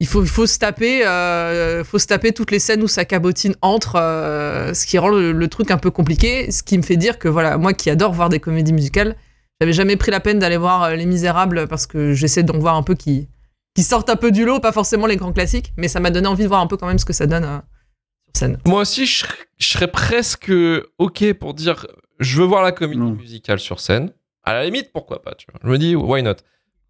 Speaker 4: il faut, il faut, se taper, euh, faut se taper toutes les scènes où sa cabotine entre, euh, ce qui rend le, le truc un peu compliqué. Ce qui me fait dire que voilà, moi qui adore voir des comédies musicales, j'avais jamais pris la peine d'aller voir euh, Les Misérables parce que j'essaie d'en voir un peu qui, qui sortent un peu du lot, pas forcément les grands classiques, mais ça m'a donné envie de voir un peu quand même ce que ça donne euh, sur scène.
Speaker 1: Moi aussi, je, ser- je serais presque OK pour dire je veux voir la comédie
Speaker 2: Non.
Speaker 1: musicale sur scène. À la limite, pourquoi pas, tu vois. Je me dis, why not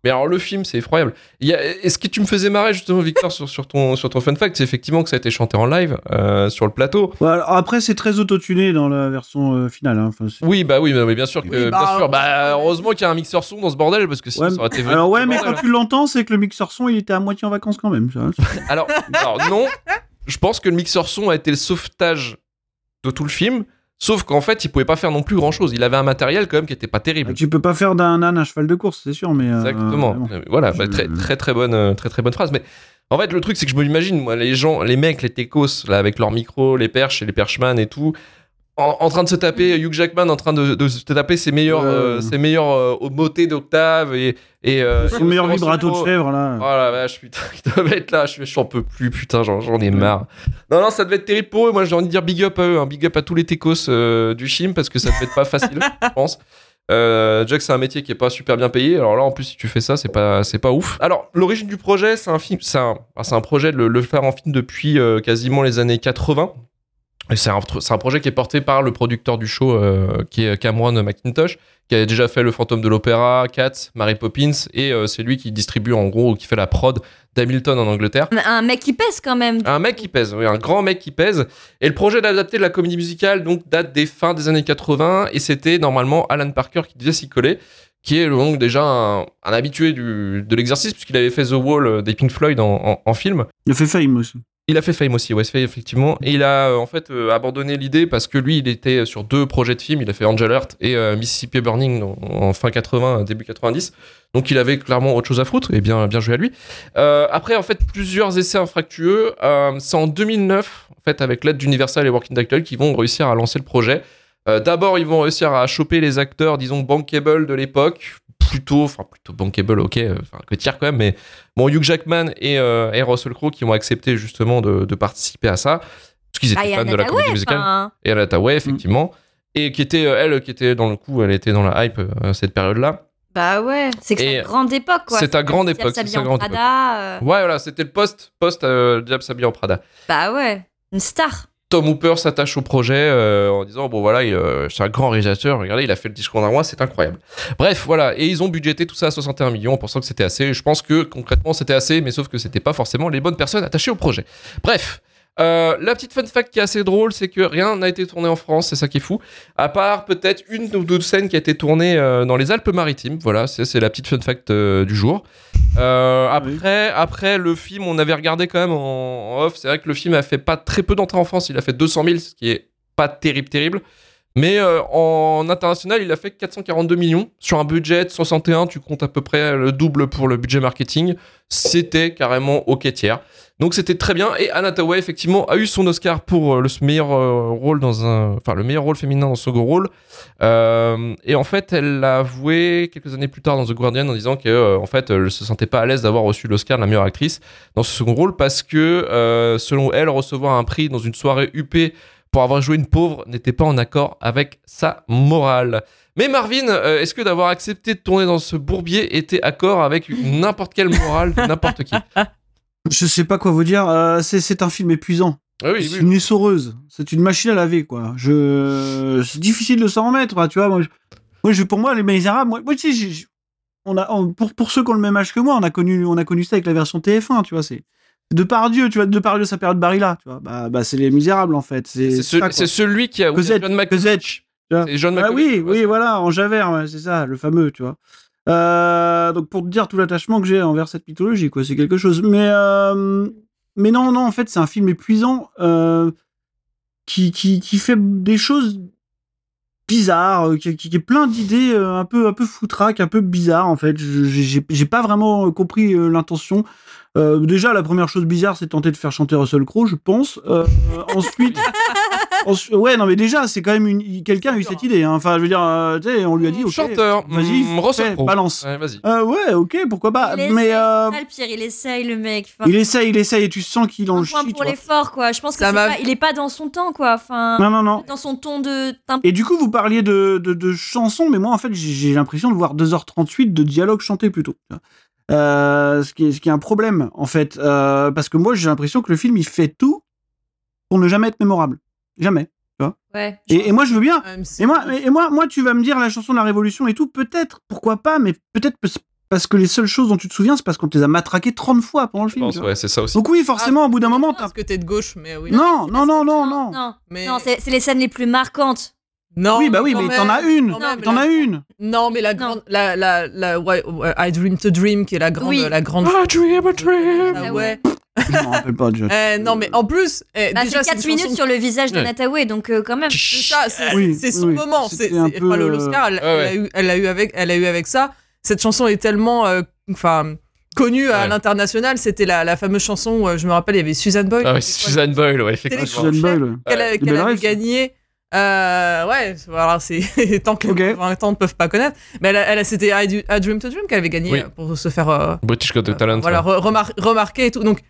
Speaker 1: Mais alors, le film, c'est effroyable. Il y a- et ce qui tu me faisais marrer, justement, Victor, sur, sur ton, sur ton fun fact, c'est effectivement que ça a été chanté en live euh, sur le plateau.
Speaker 2: Ouais, alors après, c'est très autotuné dans la version euh, finale. hein. Enfin, c'est-
Speaker 1: Oui, bah oui, mais bien sûr que.
Speaker 4: Oui, bah,
Speaker 1: bien sûr.
Speaker 4: alors-
Speaker 1: Bah, heureusement qu'il y a un mixeur son dans ce bordel, parce que sinon,
Speaker 2: euh, Ouais,
Speaker 1: ça aurait été.
Speaker 2: Alors ouais, mais
Speaker 1: bordel.
Speaker 2: quand tu l'entends, c'est que le mixeur son, il était à moitié en vacances quand même. ça.
Speaker 1: Alors, alors, non, je pense que le mixeur son a été le sauvetage de tout le film, sauf qu'en fait, il pouvait pas faire non plus grand chose. Il avait un matériel quand même qui était pas terrible.
Speaker 2: Tu peux pas faire d'un âne un cheval de course, c'est sûr, mais... euh,
Speaker 1: Exactement.
Speaker 2: mais bon.
Speaker 1: Euh, Voilà, bah,
Speaker 2: Je-
Speaker 1: très très très bonne euh, très très bonne phrase. Mais en fait, le truc c'est que je me l'imagine moi les gens, les mecs, les techos là avec leurs micros, les perches et les perchemans et tout. En, en train de se taper Hugh Jackman en train de, de se taper ses meilleurs
Speaker 2: Ouais.
Speaker 1: euh, ses meilleurs euh, motets d'octave et et euh,
Speaker 2: Son meilleur
Speaker 1: et-
Speaker 2: vibrato de chèvre, là.
Speaker 1: Oh la vache, putain, ils doivent être là, je j'en peux plus, putain, j'en j'en ai marre. Non, non, ça devait être terrible pour eux, moi j'ai envie de dire big up à eux, hein, big up à tous les techos euh, du film, parce que ça devait être pas facile, je pense. Euh, Jack, c'est un métier qui est pas super bien payé, alors là en plus, si tu fais ça, c'est pas, c'est pas ouf. Alors, l'origine du projet, c'est un film, c'est un, ah, c'est un projet de le, le faire en film depuis euh, quasiment les années 80. Et c'est un, tr- c'est un projet qui est porté par le producteur du show, euh, qui est Cameron McIntosh qui avait déjà fait Le Fantôme de l'Opéra, Cats, Mary Poppins, et euh, c'est lui qui distribue en gros, ou qui fait la prod d'Hamilton en Angleterre.
Speaker 3: Un mec qui pèse quand même.
Speaker 1: Un mec qui pèse, oui, un grand mec qui pèse. Et le projet d'adapter de la comédie musicale donc date des fins des années 80, et c'était normalement Alan Parker qui devait s'y coller, qui est donc déjà un, un habitué du- de l'exercice, puisqu'il avait fait The Wall euh, des Pink Floyd en- en- en film.
Speaker 2: Il a fait Fame aussi.
Speaker 1: Il a fait Fame aussi, Westfail, effectivement. Et il a euh, en fait euh, abandonné l'idée parce que lui, il était sur deux projets de films. Il a fait Angel Heart et euh, Mississippi Burning en, en fin 80, début 90. Donc il avait clairement autre chose à foutre. Et bien, bien joué à lui. Euh, après, en fait, plusieurs essais infractueux. Euh, C'est en 2009, en fait, avec l'aide d'Universal et Working Title, qui vont réussir à lancer le projet. Euh, D'abord, ils vont réussir à choper les acteurs, disons, bankable de l'époque. Plutôt, enfin, plutôt bankable, ok, euh, enfin, que tire quand même, mais bon, Hugh Jackman et, euh, et Russell Crowe qui ont accepté justement de, de participer à ça, parce qu'ils
Speaker 3: Ah,
Speaker 1: étaient
Speaker 3: il y a
Speaker 1: fans de la
Speaker 3: Anna
Speaker 1: comédie musicale.
Speaker 3: Enfin,
Speaker 1: Et Anna Hathaway, effectivement. Et qui était, euh, elle, qui était dans le coup, elle était dans la hype euh, cette période-là.
Speaker 3: bah ouais, c'est que
Speaker 1: Et
Speaker 3: c'est une grande époque quoi.
Speaker 1: c'est à grande époque, c'est
Speaker 3: Ça
Speaker 1: sa grande
Speaker 3: Prada. euh,
Speaker 1: Ouais, voilà, c'était le poste, poste euh, Diable s'habille en Prada.
Speaker 3: Bah ouais, une star.
Speaker 1: Tom Hooper s'attache au projet euh, en disant bon voilà il, euh, c'est un grand réalisateur regardez il a fait le discours d'un roi c'est incroyable bref voilà et ils ont budgété tout ça à 61 millions en pensant que c'était assez je pense que concrètement c'était assez mais sauf que c'était pas forcément les bonnes personnes attachées au projet bref euh, la petite fun fact qui est assez drôle, c'est que rien n'a été tourné en France, c'est ça qui est fou. À part peut-être une ou deux scènes qui a été tournée euh, dans les Alpes-Maritimes. Voilà, c'est c'est la petite fun fact euh, du jour. Euh,
Speaker 2: oui.
Speaker 1: après, après le film, on avait regardé quand même en, en off. C'est vrai que le film a fait pas très peu d'entrées en France. Il a fait 200 000, ce qui est pas terrible, terrible. Mais euh, en international, il a fait 442 millions sur un budget de 61. Tu comptes à peu près le double pour le budget marketing. C'était carrément au quai tiers. Donc c'était très bien. Et Anna Hathaway, effectivement, a eu son Oscar pour euh, le meilleur euh, rôle dans un, enfin le meilleur rôle féminin dans le second rôle. Euh, et en fait, elle l'a avoué quelques années plus tard dans The Guardian en disant que euh, en fait, elle se sentait pas à l'aise d'avoir reçu l'Oscar de la meilleure actrice dans ce second rôle parce que euh, selon elle, recevoir un prix dans une soirée huppée pour avoir joué une pauvre n'était pas en accord avec sa morale. Mais Marvin, euh, est-ce que d'avoir accepté de tourner dans ce bourbier était accord avec n'importe quelle morale de n'importe qui
Speaker 2: Je sais pas quoi vous dire, euh, c'est- c'est un film épuisant.
Speaker 1: Ah oui,
Speaker 2: c'est
Speaker 1: oui.
Speaker 2: une essoreuse. C'est une machine à laver, quoi. Je... C'est difficile de s'en remettre, hein, tu vois. Moi, je- Moi, je, pour moi, les Misérables, moi, moi tu sais, j'ai- j'ai- on a, on- pour, pour ceux qui ont le même âge que moi, on a connu, on a connu ça avec la version TF1, tu vois. C'est de par Dieu, tu vois, de par Dieu, sa période Barilla, tu vois. Bah, bah c'est les Misérables en fait. C'est
Speaker 1: C'est
Speaker 2: ça,
Speaker 1: ce-
Speaker 2: quoi.
Speaker 1: c'est celui qui a.
Speaker 2: Cosette,
Speaker 1: John Mac-
Speaker 2: Cosette, tu vois.
Speaker 1: C'est John
Speaker 2: Ah oui,
Speaker 1: Malkovich, ouais,
Speaker 2: oui,
Speaker 1: c'est-
Speaker 2: voilà, en javert, ouais, c'est ça, le fameux, tu vois. Euh, donc pour te dire tout l'attachement que j'ai envers cette mythologie, quoi, c'est quelque chose. Mais euh, mais non, non, en fait, c'est un film épuisant euh, qui, qui qui fait des choses bizarres, euh, qui, qui, qui est plein d'idées euh, un peu un peu foutraques, un peu bizarres en fait. Je- J'ai j'ai pas vraiment euh, compris euh, l'intention. Euh, déjà, la première chose bizarre, c'est tenter de faire chanter Russell Crowe, je pense. Euh, ensuite, ensu- ouais, non, mais déjà, c'est quand même une... quelqu'un a eu cette idée. hein. Enfin, je veux dire, euh, tu sais, on lui a dit,
Speaker 3: Mmh,
Speaker 2: ok,
Speaker 1: Chanteur.
Speaker 2: vas-y,
Speaker 1: mm, Russell
Speaker 2: fais,
Speaker 1: Crowe.
Speaker 2: balance.
Speaker 1: Ouais, vas-y.
Speaker 2: Euh, ouais, ok, pourquoi pas.
Speaker 3: Il
Speaker 2: Mais
Speaker 3: essaye,
Speaker 2: euh,
Speaker 3: c'est ça le pire, il essaye le mec. Enfin,
Speaker 2: il essaye, il essaye, et tu sens qu'il en
Speaker 3: un
Speaker 2: chie.
Speaker 3: point
Speaker 2: tu
Speaker 3: pour
Speaker 2: vois.
Speaker 3: l'effort, quoi. Je pense que
Speaker 4: Ça
Speaker 3: c'est
Speaker 4: m'a-
Speaker 3: pas- il est pas dans son temps, quoi. Enfin,
Speaker 2: Non, non, non.
Speaker 3: dans son ton de. timbre.
Speaker 2: Et du coup, vous parliez de, de, de chansons, mais moi, en fait, j'ai- j'ai l'impression de voir 2h38 de dialogue chanté plutôt. tu vois. Euh, ce, qui est, ce qui est un problème, en fait. euh, parce que moi, j'ai l'impression que le film, il fait tout pour ne jamais être mémorable. Jamais.
Speaker 3: Ouais.
Speaker 2: Et, et moi, je veux bien.
Speaker 4: Ah, Même si-
Speaker 2: Et moi, et moi, moi, tu vas me dire la chanson de la Révolution et tout, peut-être, pourquoi pas, mais peut-être parce- parce que les seules choses dont tu te souviens, c'est parce qu'on te les a matraquées 30 fois pendant le
Speaker 1: Je
Speaker 2: film.
Speaker 1: pense,
Speaker 2: tu vois.
Speaker 1: ouais, c'est ça aussi.
Speaker 2: Donc oui, forcément, au bout d'un moment, t'as...
Speaker 4: Parce que t'es de gauche, mais oui.
Speaker 2: Non, non, non, non, non.
Speaker 3: Non, non,
Speaker 4: mais...
Speaker 3: non, c'est c'est les scènes les plus marquantes.
Speaker 4: Non,
Speaker 2: Oui, bah oui,
Speaker 4: quand
Speaker 2: mais
Speaker 4: même,
Speaker 2: t'en as une.
Speaker 4: quand même,
Speaker 2: T'en
Speaker 4: la-
Speaker 2: as une.
Speaker 4: Non, mais la
Speaker 3: Non.
Speaker 4: grande, la, la, la, ouais, ouais, I Dream to Dream, qui est la grande,
Speaker 3: Oui.
Speaker 4: la grande.
Speaker 2: Ah,
Speaker 1: I dream a dream.
Speaker 4: Ah
Speaker 3: Ah
Speaker 4: ouais.
Speaker 3: ouais.
Speaker 2: Je m'en rappelle pas déjà.
Speaker 4: Eh, non, mais en plus, eh,
Speaker 3: Bah,
Speaker 4: déjà
Speaker 3: c'est 4
Speaker 4: une
Speaker 3: minutes
Speaker 4: chanson-
Speaker 3: sur le visage de
Speaker 1: Ouais.
Speaker 3: Nataway, donc euh, quand même.
Speaker 4: C'est ça, c'est
Speaker 2: Oui,
Speaker 4: c'est
Speaker 2: oui,
Speaker 4: son
Speaker 2: oui.
Speaker 4: moment. C'est
Speaker 2: C'était un
Speaker 4: c'est-
Speaker 2: peu,
Speaker 4: enfin, le- l'Oscar. Elle,
Speaker 1: euh, ouais,
Speaker 4: elle a eu, elle l'a eu avec, elle a eu avec ça. Cette chanson est tellement, euh, enfin, connue à
Speaker 1: Ouais.
Speaker 4: l'international. C'était la, la fameuse chanson. où, euh, je me rappelle, il y avait Suzanne Boyle.
Speaker 1: Ah ouais, c'est Suzanne Boyle, ouais, effectivement.
Speaker 4: Télécharge.
Speaker 2: Susan Boyle.
Speaker 4: Qu'elle a-
Speaker 2: Des
Speaker 4: qu'elle
Speaker 2: belles
Speaker 4: avait
Speaker 2: rêves, ça.
Speaker 4: gagné. Euh, ouais, voilà, c'est tant que
Speaker 2: Ok.
Speaker 4: les 20 ans ne peuvent pas connaître. Mais elle, a- elle a- c'était I, Do- I Dream to Dream qu'elle avait gagné
Speaker 1: Oui.
Speaker 4: euh, pour se faire. euh,
Speaker 1: British Got
Speaker 4: Euh,
Speaker 1: Talent.
Speaker 4: Voilà,
Speaker 1: ouais.
Speaker 4: re- remar- remarqué et tout. Donc,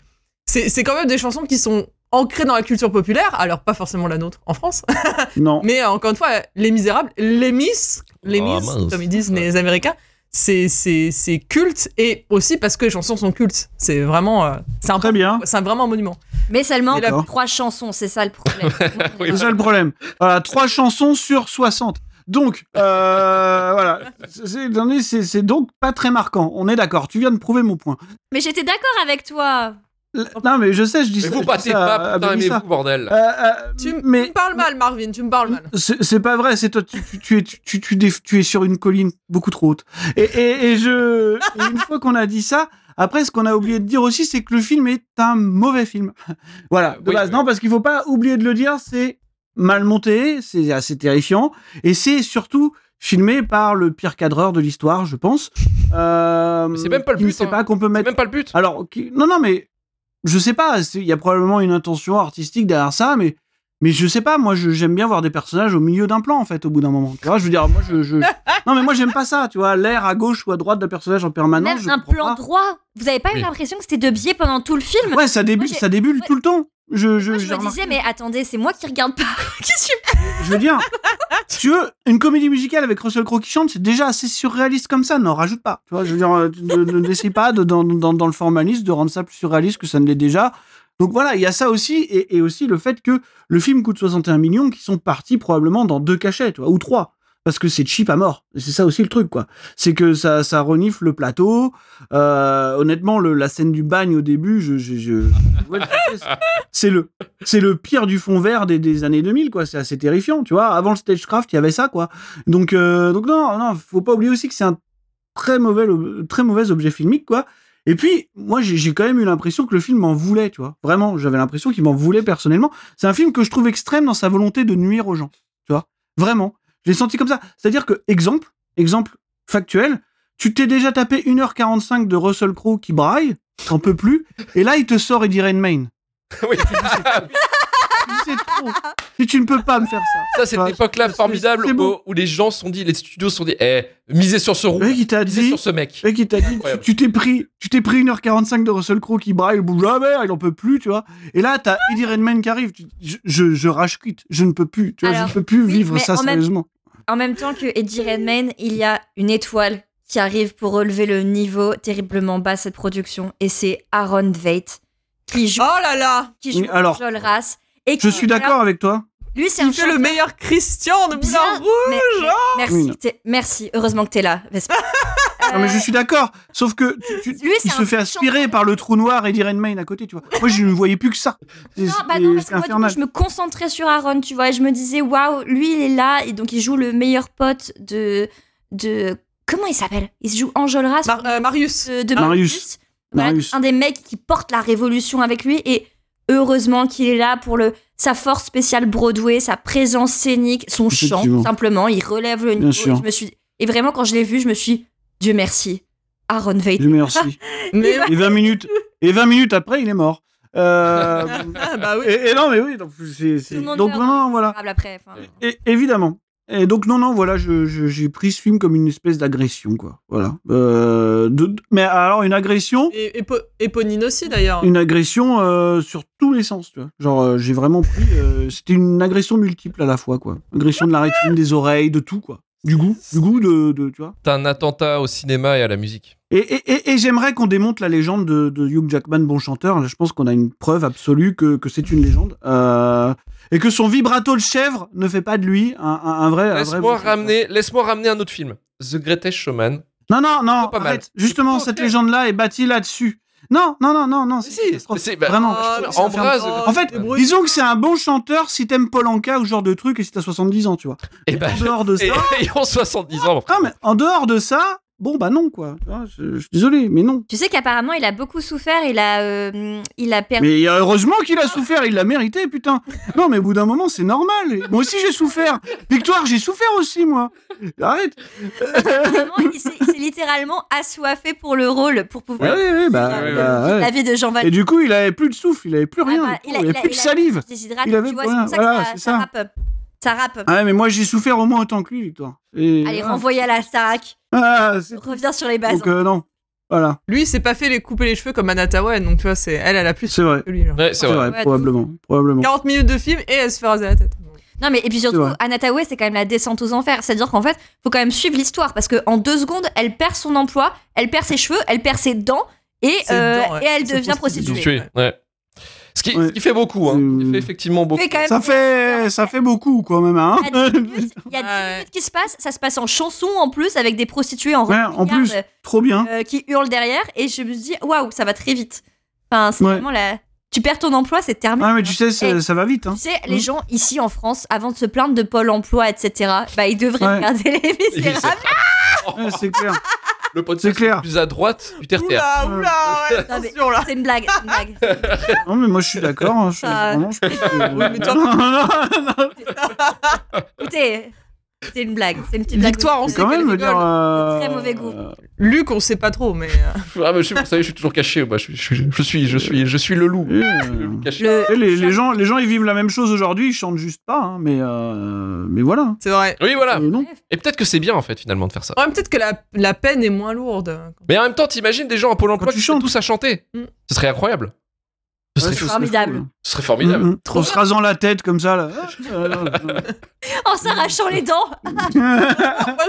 Speaker 4: c'est c'est quand même des chansons qui sont ancrées dans la culture populaire, alors pas forcément la nôtre en France,
Speaker 1: Oh.
Speaker 2: Non.
Speaker 4: mais euh, encore une fois, Les Misérables, Les Miss, Les
Speaker 1: Ah,
Speaker 4: Miss,
Speaker 1: mince.
Speaker 4: comme ils disent
Speaker 1: Ouais.
Speaker 4: les Américains, c'est c'est- c'est culte et aussi parce que les chansons sont cultes. C'est vraiment, euh, c'est un-
Speaker 2: Très bien.
Speaker 4: c'est un- vraiment un monument.
Speaker 3: Mais seulement
Speaker 4: Et la-
Speaker 3: trois chansons, c'est ça le problème.
Speaker 1: Oui.
Speaker 2: C'est ça le problème. Voilà, trois chansons sur 60. Donc, euh, voilà. C'est- c'est- non, mais C'est c'est donc pas très marquant. On est d'accord. Tu viens de prouver mon point.
Speaker 3: Mais j'étais d'accord avec toi.
Speaker 2: L- Non, mais je sais, je dis
Speaker 1: Mais
Speaker 2: ça.
Speaker 1: vous
Speaker 2: je dis
Speaker 1: battez
Speaker 2: Ah, ça à-
Speaker 1: pas,
Speaker 2: à
Speaker 1: putain,
Speaker 2: Mélissa.
Speaker 1: aimez-vous, bordel.
Speaker 2: Euh, euh,
Speaker 4: Tu, m- tu
Speaker 2: mais
Speaker 4: me parles mal, Marvin, tu me parles mal.
Speaker 2: c'est c'est pas vrai. C'est toi. Tu, tu- tu es, tu, tu, tu dé- tu es sur une colline beaucoup trop haute. Et, et- et je. et une fois qu'on a dit ça. Après, ce qu'on a oublié de dire aussi, c'est que le film est un mauvais film. voilà,
Speaker 1: Euh,
Speaker 2: de
Speaker 1: oui,
Speaker 2: base.
Speaker 1: oui.
Speaker 2: Non, parce qu'il faut pas oublier de le dire, c'est mal monté, c'est assez terrifiant, et c'est surtout filmé par le pire cadreur de l'histoire, je pense. Euh,
Speaker 1: Mais c'est même pas le
Speaker 2: qui ne
Speaker 1: but,
Speaker 2: sait
Speaker 1: hein.
Speaker 2: pas qu'on peut
Speaker 1: C'est
Speaker 2: mettre
Speaker 1: même pas le but.
Speaker 2: alors, qui- non, non, mais je sais pas. c'est- Il y a probablement une intention artistique derrière ça, mais mais je sais pas. Moi, je- j'aime bien voir des personnages au milieu d'un plan, en fait, au bout d'un moment. Tu vois, je veux dire, moi, je, je- non, mais moi, j'aime pas ça. Tu vois, l'air à gauche ou à droite d'un personnage en permanence.
Speaker 3: Même
Speaker 2: je
Speaker 3: un
Speaker 2: comprends
Speaker 3: plan
Speaker 2: pas.
Speaker 3: droit. Vous avez pas
Speaker 1: Oui.
Speaker 3: eu l'impression que c'était de biais pendant tout le film
Speaker 2: Ouais, ça débute,
Speaker 3: j'ai-
Speaker 2: ça débule
Speaker 3: ouais.
Speaker 2: tout le temps. Je, je,
Speaker 3: Moi, je
Speaker 2: j'ai
Speaker 3: me
Speaker 2: remarqué.
Speaker 3: disais, mais attendez, c'est moi qui regarde pas. Qu'est-ce que je-
Speaker 2: Je veux dire, si tu veux, une comédie musicale avec Russell Crowe qui chante, c'est déjà assez surréaliste comme ça, n'en rajoute pas. Tu vois, je veux dire, euh, tu ne, ne- n'essaie pas de- dans, dans, dans le formalisme de rendre ça plus surréaliste que ça ne l'est déjà. Donc voilà, il y a ça aussi, et, et aussi le fait que le film coûte 61 millions, qui sont partis probablement dans deux cachets, tu vois, ou trois. Parce que c'est cheap à mort. Et C'est ça aussi le truc, quoi. C'est que ça, ça renifle le plateau. Euh, honnêtement, le- la scène du bagne au début, je, je- je- ouais, c'est- c'est le, c'est le pire du fond vert des, des années 2000, quoi. C'est assez terrifiant, tu vois. Avant le stagecraft, il y avait ça, quoi. Donc, euh, donc non, non, faut pas oublier aussi que c'est un très mauvais, très mauvais objet filmique, quoi. Et puis, moi, j'ai j'ai quand même eu l'impression que le film m'en voulait, tu vois. Vraiment, j'avais l'impression qu'il m'en voulait personnellement. C'est un film que je trouve extrême dans sa volonté de nuire aux gens, tu vois. Vraiment. Je l'ai senti comme ça. C'est-à-dire que, exemple, exemple factuel, tu t'es déjà tapé 1h45 de Russell Crowe qui braille, t'en peux plus, et là, il te sort Eddie Redmayne.
Speaker 1: Oui.
Speaker 2: C'est trop. Si tu ne peux pas me faire ça.
Speaker 1: Ça, c'est
Speaker 2: Enfin,
Speaker 1: une époque-là
Speaker 2: c'est-
Speaker 1: formidable
Speaker 2: c'est beau.
Speaker 1: où, où les gens se sont dit, les studios se sont dit, eh, misez sur ce roux,
Speaker 2: Le mec, il t'a
Speaker 1: misez
Speaker 2: dit.
Speaker 1: sur ce mec.
Speaker 2: Le mec, il t'a dit.
Speaker 1: Incroyable.
Speaker 2: Tu t'es pris, tu t'es pris 1h45 de Russell Crowe qui braille, bouge la mer, il en peut plus, tu vois. Et là, t'as Eddie Redmayne qui arrive. Tu- Je, je, je rage quitte. Je ne peux plus, tu vois.
Speaker 3: Alors,
Speaker 2: je ne peux plus
Speaker 3: oui,
Speaker 2: vivre
Speaker 3: mais
Speaker 2: ça
Speaker 3: en même-
Speaker 2: sérieusement.
Speaker 3: En même temps que Eddie Redmayne, il y a une étoile qui arrive pour relever le niveau terriblement bas de cette production, et c'est Aaron Veit qui joue,
Speaker 4: Oh là là
Speaker 3: qui joue
Speaker 2: Oui, alors-
Speaker 3: Joel Rass. Et
Speaker 2: Je
Speaker 3: qui-
Speaker 2: suis d'accord avec toi.
Speaker 3: Lui, c'est un
Speaker 4: Il fait le
Speaker 3: chanteur.
Speaker 4: meilleur Christian de
Speaker 3: Bien,
Speaker 4: Moulin Rouge
Speaker 3: mais- mais- Merci,
Speaker 2: hein. Oui.
Speaker 3: t'es- merci. Heureusement que t'es là, Vespa. Euh,
Speaker 2: Non, mais je suis d'accord. Sauf que tu- tu-
Speaker 3: Lui, c'est
Speaker 2: il se
Speaker 3: un
Speaker 2: fait aspirer par le trou noir et l'Irene Main à côté, tu vois. Moi, je ne voyais plus que ça. C'est-
Speaker 3: Non, bah
Speaker 2: c'est-
Speaker 3: non, parce
Speaker 2: c'est
Speaker 3: que moi, du coup, je me concentrais sur Aaron, tu vois, et je me disais, waouh, lui, il est là, et donc il joue le meilleur pote de. de comment il s'appelle Il se joue
Speaker 2: Bah,
Speaker 3: Enjolras
Speaker 4: Mar- euh, Marius.
Speaker 3: de, de
Speaker 2: Marius.
Speaker 3: Voilà,
Speaker 2: Marius.
Speaker 3: Un des mecs qui porte la révolution avec lui, et heureusement qu'il est là pour le, sa force spéciale Broadway, sa présence scénique, son chant,
Speaker 2: Effectivement.
Speaker 3: simplement. Il relève le niveau.
Speaker 2: sûr.
Speaker 3: Je me suis, et vraiment, quand je l'ai vu, je me suis Dieu merci, Aaron Veit.
Speaker 2: Dieu merci.
Speaker 4: Mais
Speaker 2: Et 20 minutes, et 20 minutes après, il est mort. Euh,
Speaker 4: ah, bah oui.
Speaker 2: et, et non, mais oui, donc, c'est- c'est-
Speaker 3: Tout le monde
Speaker 2: donc
Speaker 3: meurt.
Speaker 2: non, non, voilà.
Speaker 3: Après, enfin.
Speaker 2: Et- évidemment. Et donc non, non, voilà, je- je- j'ai pris ce film comme une espèce d'agression, quoi. Voilà. Euh, de- de- mais alors une agression,
Speaker 4: Et, et Po- et Ponine aussi d'ailleurs.
Speaker 2: une agression euh, sur tous les sens, tu vois. Genre euh, j'ai vraiment pris, euh, c'était une agression multiple à la fois, quoi. Agression de la rétine, des oreilles, de tout, quoi. Du goût, du goût de, de- tu vois.
Speaker 1: T'as un attentat au cinéma et à la musique.
Speaker 2: Et, et- et- et j'aimerais qu'on démonte la légende de, de Hugh Jackman, bon chanteur. Je pense qu'on a une preuve absolue que, que c'est une légende. Euh, et que son vibrato de chèvre ne fait pas de lui un, un- Ah, un vrai. un vrai bon
Speaker 1: Laisse-moi
Speaker 2: chanteur.
Speaker 1: ramener, laisse-moi ramener un autre film. The Greatest Showman.
Speaker 2: Non, non, non,
Speaker 1: C'est pas mal.
Speaker 2: arrête. Justement,
Speaker 1: C'est
Speaker 2: cette
Speaker 1: plutôt ok.
Speaker 2: légende-là est bâtie là-dessus. Non, non, non, non, non.
Speaker 1: Mais
Speaker 2: c'est
Speaker 1: si,
Speaker 2: catastrophe.
Speaker 1: c'est- bah,
Speaker 2: Vraiment.
Speaker 4: Ah,
Speaker 2: je trouve que ça
Speaker 4: non,
Speaker 2: fait un-
Speaker 1: Embrasse.
Speaker 4: ferme-
Speaker 1: The-
Speaker 2: En fait,
Speaker 4: Oh, débrouille.
Speaker 2: Disons que c'est un bon chanteur si t'aimes Polanka ou ce genre de truc et si t'as 70 ans, tu vois.
Speaker 1: Eh ben,
Speaker 2: En dehors de ça,
Speaker 1: et- ayant 70 ans.
Speaker 2: Ah, mais en dehors de ça, bon bah non quoi. Ah, Je, je suis désolé, mais non.
Speaker 3: Tu sais qu'apparemment, il a beaucoup souffert, il a, euh, il a perdu.
Speaker 2: Mais heureusement qu'il a souffert, il l'a mérité, putain. Non, mais au bout d'un moment, c'est normal. Moi aussi, j'ai souffert. Victoire, j'ai souffert aussi, moi. Arrête.
Speaker 3: Vraiment, il s'est il s'est littéralement assoiffé pour le rôle, pour
Speaker 2: Ouais,
Speaker 3: pouvoir
Speaker 2: ouais, ouais, bah,
Speaker 1: Ouais, ouais,
Speaker 2: bah, ouais.
Speaker 3: la vie de Jean Valjean.
Speaker 2: Et du coup, il avait plus de souffle, il avait plus rien.
Speaker 3: Ah bah,
Speaker 2: il avait plus de salive.
Speaker 3: déshydrate,
Speaker 2: Il avait-
Speaker 3: tu vois,
Speaker 2: voilà,
Speaker 3: c'est pour ça
Speaker 2: voilà,
Speaker 3: que ça,
Speaker 2: c'est
Speaker 3: ça
Speaker 2: ça.
Speaker 3: rappe. Ça rappe.
Speaker 2: Ah ouais, mais moi, j'ai souffert au moins autant que lui, Victoire. Et
Speaker 3: Allez,
Speaker 2: voilà.
Speaker 3: renvoyez à la Starac.
Speaker 2: Ah, c'est-
Speaker 3: Reviens sur les bases.
Speaker 2: Donc, euh, non. Voilà,
Speaker 4: Lui, il s'est pas fait les couper les cheveux comme Anatawen, donc tu vois, c'est elle, elle a plus
Speaker 2: c'est vrai.
Speaker 4: que lui. genre.
Speaker 1: Ouais, c'est
Speaker 2: C'est
Speaker 1: vrai.
Speaker 2: vrai, probablement. probablement.
Speaker 4: 40 minutes de film et elle se fait raser la tête.
Speaker 3: Non, mais et puis surtout,
Speaker 2: vrai.
Speaker 3: Anataoué, c'est quand même la descente aux enfers. C'est-à-dire qu'en fait, faut quand même suivre l'histoire parce que en deux secondes, elle perd son emploi, elle perd ses cheveux, elle perd ses dents et,
Speaker 4: Ses
Speaker 3: euh,
Speaker 4: dents, ouais.
Speaker 3: et elle
Speaker 4: Ses
Speaker 3: devient
Speaker 4: fausses
Speaker 3: prostituée.
Speaker 1: Tué, ouais. Ce qui,
Speaker 2: Ouais.
Speaker 1: ce qui fait beaucoup, hein. Il
Speaker 2: Euh,
Speaker 1: fait effectivement beaucoup.
Speaker 3: Fait quand même-
Speaker 2: Ça
Speaker 3: Ah,
Speaker 2: fait, ça fait beaucoup, quand même, hein.
Speaker 3: Il y a 10 minutes, il y a 10
Speaker 4: Ouais.
Speaker 3: minutes qui se passe, ça se passe en chanson en plus avec des prostituées en robe
Speaker 2: Ouais, en
Speaker 3: picarde,
Speaker 2: plus. Trop bien.
Speaker 3: euh, qui hurlent derrière et je me dis waouh ça va très vite. Enfin c'est
Speaker 2: Ouais.
Speaker 3: vraiment la. Tu perds ton emploi c'est terminé.
Speaker 2: Ah, mais tu sais,
Speaker 3: Eh.
Speaker 2: ça, ça va vite, hein.
Speaker 3: Tu sais, les
Speaker 2: Mm.
Speaker 3: gens ici en France, avant de se plaindre de Pôle emploi, etc., bah, ils devraient
Speaker 2: Ouais.
Speaker 3: regarder les
Speaker 1: Les Misérables.
Speaker 3: misérables.
Speaker 2: Ouais, c'est clair.
Speaker 1: Le
Speaker 2: C'est
Speaker 1: podcast
Speaker 2: clair.
Speaker 1: le plus à droite du terre-terre.
Speaker 4: Oula, oula, ouais,
Speaker 3: Non, mais-
Speaker 4: attention là.
Speaker 3: C'est une blague, c'est une blague.
Speaker 2: Non, mais moi, je suis d'accord. hein, je-
Speaker 3: Ah.
Speaker 2: vraiment, je pense que-
Speaker 4: Oui, mais toi-
Speaker 2: Non, non, non, non.
Speaker 3: Écoutez, c'est une blague. C'est une petite blague.
Speaker 4: Victoire, on sait
Speaker 2: Quand
Speaker 4: qu'elle
Speaker 2: même, je veux dire.
Speaker 4: rigole.
Speaker 2: euh,
Speaker 3: Très mauvais goût.
Speaker 4: Luc, on sait pas trop, mais. euh,
Speaker 1: Ah, mais je, vous savez, je suis toujours caché. Moi, je, je- je suis, je suis, je suis le loup. Le
Speaker 2: euh,
Speaker 1: loup caché.
Speaker 3: Le-
Speaker 2: Et les, les gens, les gens, ils vivent la même chose aujourd'hui, ils chantent juste pas, hein, mais, euh, mais voilà.
Speaker 4: C'est vrai.
Speaker 1: Oui, voilà.
Speaker 2: Euh, non.
Speaker 1: Et peut-être que c'est bien, en fait, finalement, de faire ça.
Speaker 4: Ouais, peut-être que la, la peine est moins lourde.
Speaker 1: Mais en même temps, t'imagines des gens à Pôle emploi
Speaker 2: Quand tu
Speaker 1: qui sont
Speaker 2: chantes.
Speaker 1: tous à chanter.
Speaker 4: Mm.
Speaker 1: Ce serait incroyable. Ce serait,
Speaker 2: Ouais, ça serait
Speaker 3: formidable.
Speaker 2: cool.
Speaker 1: ce serait formidable.
Speaker 2: Mm, mm. En se rasant la tête comme ça, là. Euh,
Speaker 3: en s'arrachant les dents.
Speaker 2: euh,
Speaker 4: Moi,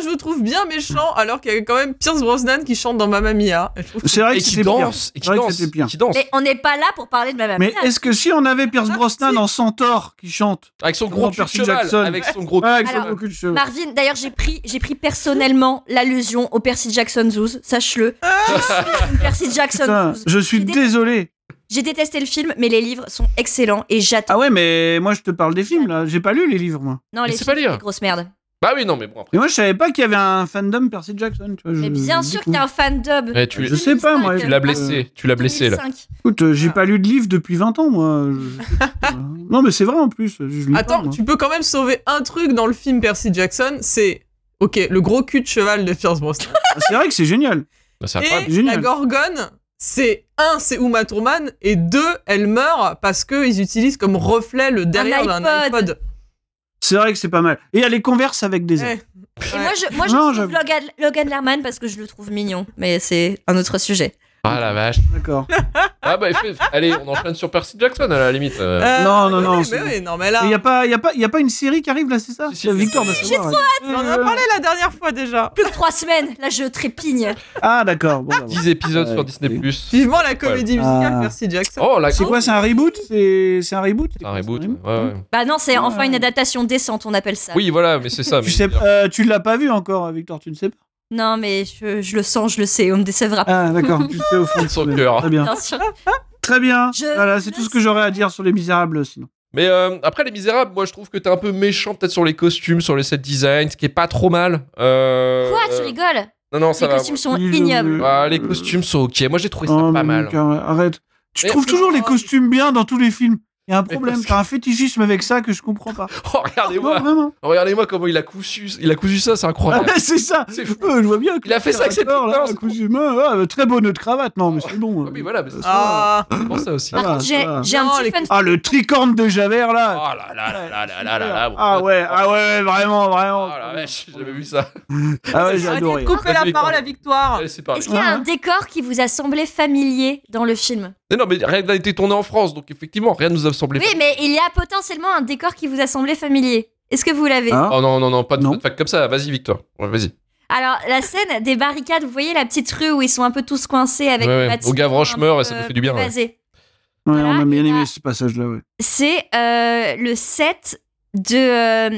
Speaker 4: je vous trouve bien méchant, alors qu'il y a quand même Pierce Brosnan qui chante dans Mamma Mia. Et je trouve que
Speaker 2: c'est vrai
Speaker 1: Et
Speaker 2: que
Speaker 1: qui
Speaker 2: c'est pire.
Speaker 1: danse. Et
Speaker 2: C'est
Speaker 1: qui
Speaker 2: vrai que
Speaker 1: danse.
Speaker 2: c'était pire.
Speaker 1: Qui danse.
Speaker 3: Mais on n'est pas là pour parler de ma mère.
Speaker 2: Mais est-ce que si on avait Pierce Brosnan
Speaker 4: si.
Speaker 2: en centaure qui chante
Speaker 1: Avec son gros
Speaker 2: Comment
Speaker 1: cul de
Speaker 2: Percy
Speaker 1: cheval.
Speaker 2: Jackson.
Speaker 1: Avec son gros cul
Speaker 2: ah, avec
Speaker 1: de
Speaker 2: son
Speaker 3: Alors,
Speaker 1: cheval.
Speaker 2: gros cul de cheveux.
Speaker 3: Marvin, d'ailleurs, j'ai pris, j'ai pris personnellement l'allusion au Percy Jackson Zouz, sache-le. Je suis une Percy Jackson
Speaker 2: Putain,
Speaker 3: Zouz.
Speaker 2: je suis
Speaker 3: J'ai dé-
Speaker 2: désolé.
Speaker 3: J'ai détesté le film, mais les livres sont excellents et j'attends.
Speaker 2: Ah ouais, mais moi je te parle des films là. J'ai pas lu les livres moi.
Speaker 3: Non,
Speaker 1: Mais
Speaker 3: les
Speaker 1: c'est pas
Speaker 3: films,
Speaker 1: lire.
Speaker 3: c'est des grosses merdes.
Speaker 2: Euh,
Speaker 1: Bah oui, non, mais bon, après.
Speaker 2: Et moi je savais pas qu'il y avait un fandom Percy Jackson. Tu vois, je-
Speaker 3: Mais bien
Speaker 2: du
Speaker 3: sûr
Speaker 2: coup.
Speaker 3: qu'il y a un fandom.
Speaker 1: Eh, tu
Speaker 2: Ah, Je sais pas, moi,
Speaker 1: tu
Speaker 2: je-
Speaker 1: l'as blessé. Tu l'as blessé, là.
Speaker 3: 2005.
Speaker 2: Écoute, euh, j'ai
Speaker 4: Ah.
Speaker 2: pas lu de livre depuis 20 ans, moi. Je- euh. non, mais c'est vrai en plus. je lis pas,
Speaker 4: Attends,
Speaker 2: moi.
Speaker 4: tu peux quand même sauver un truc dans le film Percy Jackson, c'est ok le gros cul de cheval de Pierce Brosnan
Speaker 2: Ah, c'est vrai que c'est génial.
Speaker 1: Bah, C'est incroyable.
Speaker 4: et
Speaker 2: Génial.
Speaker 4: la Gorgone. C'est un, c'est Uma Thurman et deux, elle meurt parce que ils utilisent comme reflet le derrière d'un
Speaker 3: iPod.
Speaker 4: iPod.
Speaker 2: C'est vrai que c'est pas mal. Et elle les converse avec des
Speaker 4: Eh,
Speaker 2: ailes.
Speaker 3: Et
Speaker 4: Ouais.
Speaker 3: moi, je, moi, je
Speaker 2: Non,
Speaker 3: trouve
Speaker 2: j'avoue.
Speaker 3: Logan, Logan Lerman parce que je le trouve mignon, mais c'est un autre sujet.
Speaker 1: Ah la vache.
Speaker 2: D'accord.
Speaker 1: Ah bah fait- allez, on enchaîne sur Percy Jackson à la limite. euh.
Speaker 4: Euh,
Speaker 2: Non, non,
Speaker 4: oui,
Speaker 2: non,
Speaker 4: mais
Speaker 2: c'est-
Speaker 4: oui, non, mais là,
Speaker 2: Il n'y a, pas- y a, pas- y a pas une série qui arrive là, c'est ça
Speaker 1: Si, si,
Speaker 2: La
Speaker 1: si,
Speaker 2: Victoire
Speaker 1: si.
Speaker 2: va savoir.
Speaker 4: on en a parlé la dernière fois déjà.
Speaker 3: Plus que trois semaines, là je trépigne.
Speaker 2: Ah, d'accord. Bon, bah, voilà.
Speaker 1: 10 épisodes
Speaker 2: Ouais,
Speaker 1: sur Disney+.
Speaker 2: écoutez.
Speaker 4: Vivement la comédie musicale,
Speaker 2: Ah.
Speaker 4: merci Jackson.
Speaker 1: Oh la
Speaker 2: c'est quoi C'est un reboot C'est c'est un reboot
Speaker 1: un reboot. ouais, ouais.
Speaker 3: Bah non, c'est enfin
Speaker 2: Ouais.
Speaker 3: une adaptation décente, on appelle ça.
Speaker 1: Oui, voilà, mais c'est ça.
Speaker 2: Tu
Speaker 1: mais-
Speaker 2: sais, euh, tu l'as pas vu encore, euh, Victor, tu ne sais pas.
Speaker 3: Non, mais je, je le sens, je le sais, on me décevra pas.
Speaker 2: Ah, d'accord. tu le sais au fond de
Speaker 1: Son
Speaker 2: toi-même.
Speaker 1: cœur. hein.
Speaker 2: Très bien.
Speaker 3: bien sûr.
Speaker 1: Euh,
Speaker 2: Très bien.
Speaker 3: Je-
Speaker 2: Voilà, c'est tout ce que j'aurais à dire sur Les Misérables, sinon.
Speaker 1: Mais euh, après, Les Misérables, moi je trouve que t'es un peu méchant peut-être sur les costumes, sur les set design, ce qui est pas trop mal. Euh,
Speaker 3: Quoi, tu rigoles
Speaker 1: Non, non, ça
Speaker 3: Les
Speaker 1: va.
Speaker 3: costumes sont
Speaker 2: Ils-
Speaker 3: ignobles.
Speaker 1: Ah, les costumes sont ok. Moi j'ai trouvé ça
Speaker 2: Oh,
Speaker 1: pas
Speaker 2: mon
Speaker 1: mal.
Speaker 2: cœur, Arrête. Tu
Speaker 1: Mais-
Speaker 2: trouves toujours les costumes bien dans tous les films. Il y a un
Speaker 1: Mais
Speaker 2: problème.
Speaker 1: parce que-
Speaker 2: T'as un fétichisme avec ça que je comprends pas.
Speaker 1: Oh,
Speaker 2: Non,
Speaker 1: regardez-moi.
Speaker 2: vraiment.
Speaker 1: Oh, regardez-moi comment il a cousu, il a cousu ça, c'est
Speaker 2: Ah,
Speaker 1: incroyable.
Speaker 2: ouais, c'est ça.
Speaker 1: C'est fou.
Speaker 2: Euh, je vois bien. que
Speaker 1: Il a fait ça avec ses
Speaker 2: l'acteur,
Speaker 1: petites
Speaker 2: là,
Speaker 1: pinces.
Speaker 2: cousu main. Ah, euh, très beau nœud de cravate. Non, mais c'est bon. hein.
Speaker 1: Oui, voilà, Oh, mais c'est
Speaker 4: Ah,
Speaker 1: pour ça aussi.
Speaker 2: Ah,
Speaker 3: Par
Speaker 2: va,
Speaker 3: contre, j'ai
Speaker 2: ça va.
Speaker 3: j'ai un
Speaker 4: Non, les
Speaker 3: petit fun
Speaker 2: Ah, le tricorne de Javert
Speaker 1: Oh
Speaker 2: là.
Speaker 1: là là là là là là là là. mon
Speaker 2: ah
Speaker 1: pote.
Speaker 2: ouais, ah ouais, ouais, vraiment,
Speaker 1: Oh
Speaker 2: vraiment.
Speaker 1: la vache, j'ai jamais vu ça.
Speaker 2: Ah ouais, j'ai
Speaker 4: arrêtez
Speaker 2: adoré.
Speaker 4: de couper
Speaker 1: Vas-y,
Speaker 4: la parole
Speaker 1: Victor.
Speaker 4: à Victoire.
Speaker 1: Allez, c'est parti.
Speaker 3: Est-ce qu'il y a
Speaker 2: Ah.
Speaker 3: un décor qui vous a semblé familier dans le film
Speaker 1: Mais Non, mais rien n'a été tourné en France, donc effectivement, rien ne nous a semblé.
Speaker 3: Oui, mais il y a potentiellement un décor qui vous a semblé familier. Est-ce que vous l'avez
Speaker 2: Hein
Speaker 1: Oh non, non, non, pas de
Speaker 2: Non.
Speaker 1: fun fact comme ça. Vas-y, Victor. Ouais, vas-y.
Speaker 3: Alors, la scène des barricades, vous voyez la petite rue où ils sont un peu tous coincés avec
Speaker 1: Ouais,
Speaker 3: le
Speaker 1: ouais.
Speaker 3: bâtiment
Speaker 1: Au Gavroche
Speaker 3: un
Speaker 1: meurt
Speaker 3: peu euh,
Speaker 1: et ça nous fait du bien, ouais.
Speaker 3: évasé.
Speaker 2: Ouais, on a bien
Speaker 3: Voilà,
Speaker 2: aimé
Speaker 3: et
Speaker 2: ce passage-là, ouais.
Speaker 3: C'est euh, le set de,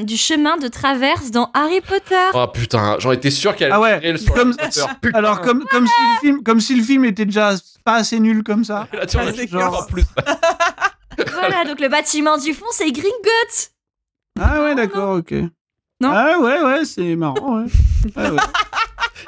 Speaker 3: euh, du chemin de traverse dans Harry Potter.
Speaker 1: Oh putain, j'en étais sûr qu'elle
Speaker 2: Ah ouais,
Speaker 1: allait sur
Speaker 2: comme-
Speaker 1: la hauteur. Putain,
Speaker 2: Alors, comme, comme, si le film, comme si le film était déjà pas assez nul comme ça.
Speaker 1: là, tu en
Speaker 4: Ah,
Speaker 1: as
Speaker 4: c'est
Speaker 1: genre
Speaker 4: clair.
Speaker 1: en plus.
Speaker 3: voilà, donc le bâtiment du fond, c'est Gringotts.
Speaker 2: Ah ouais, d'accord, ok.
Speaker 3: Non.
Speaker 2: Ah ouais, ouais, c'est marrant, ouais. Ah ouais.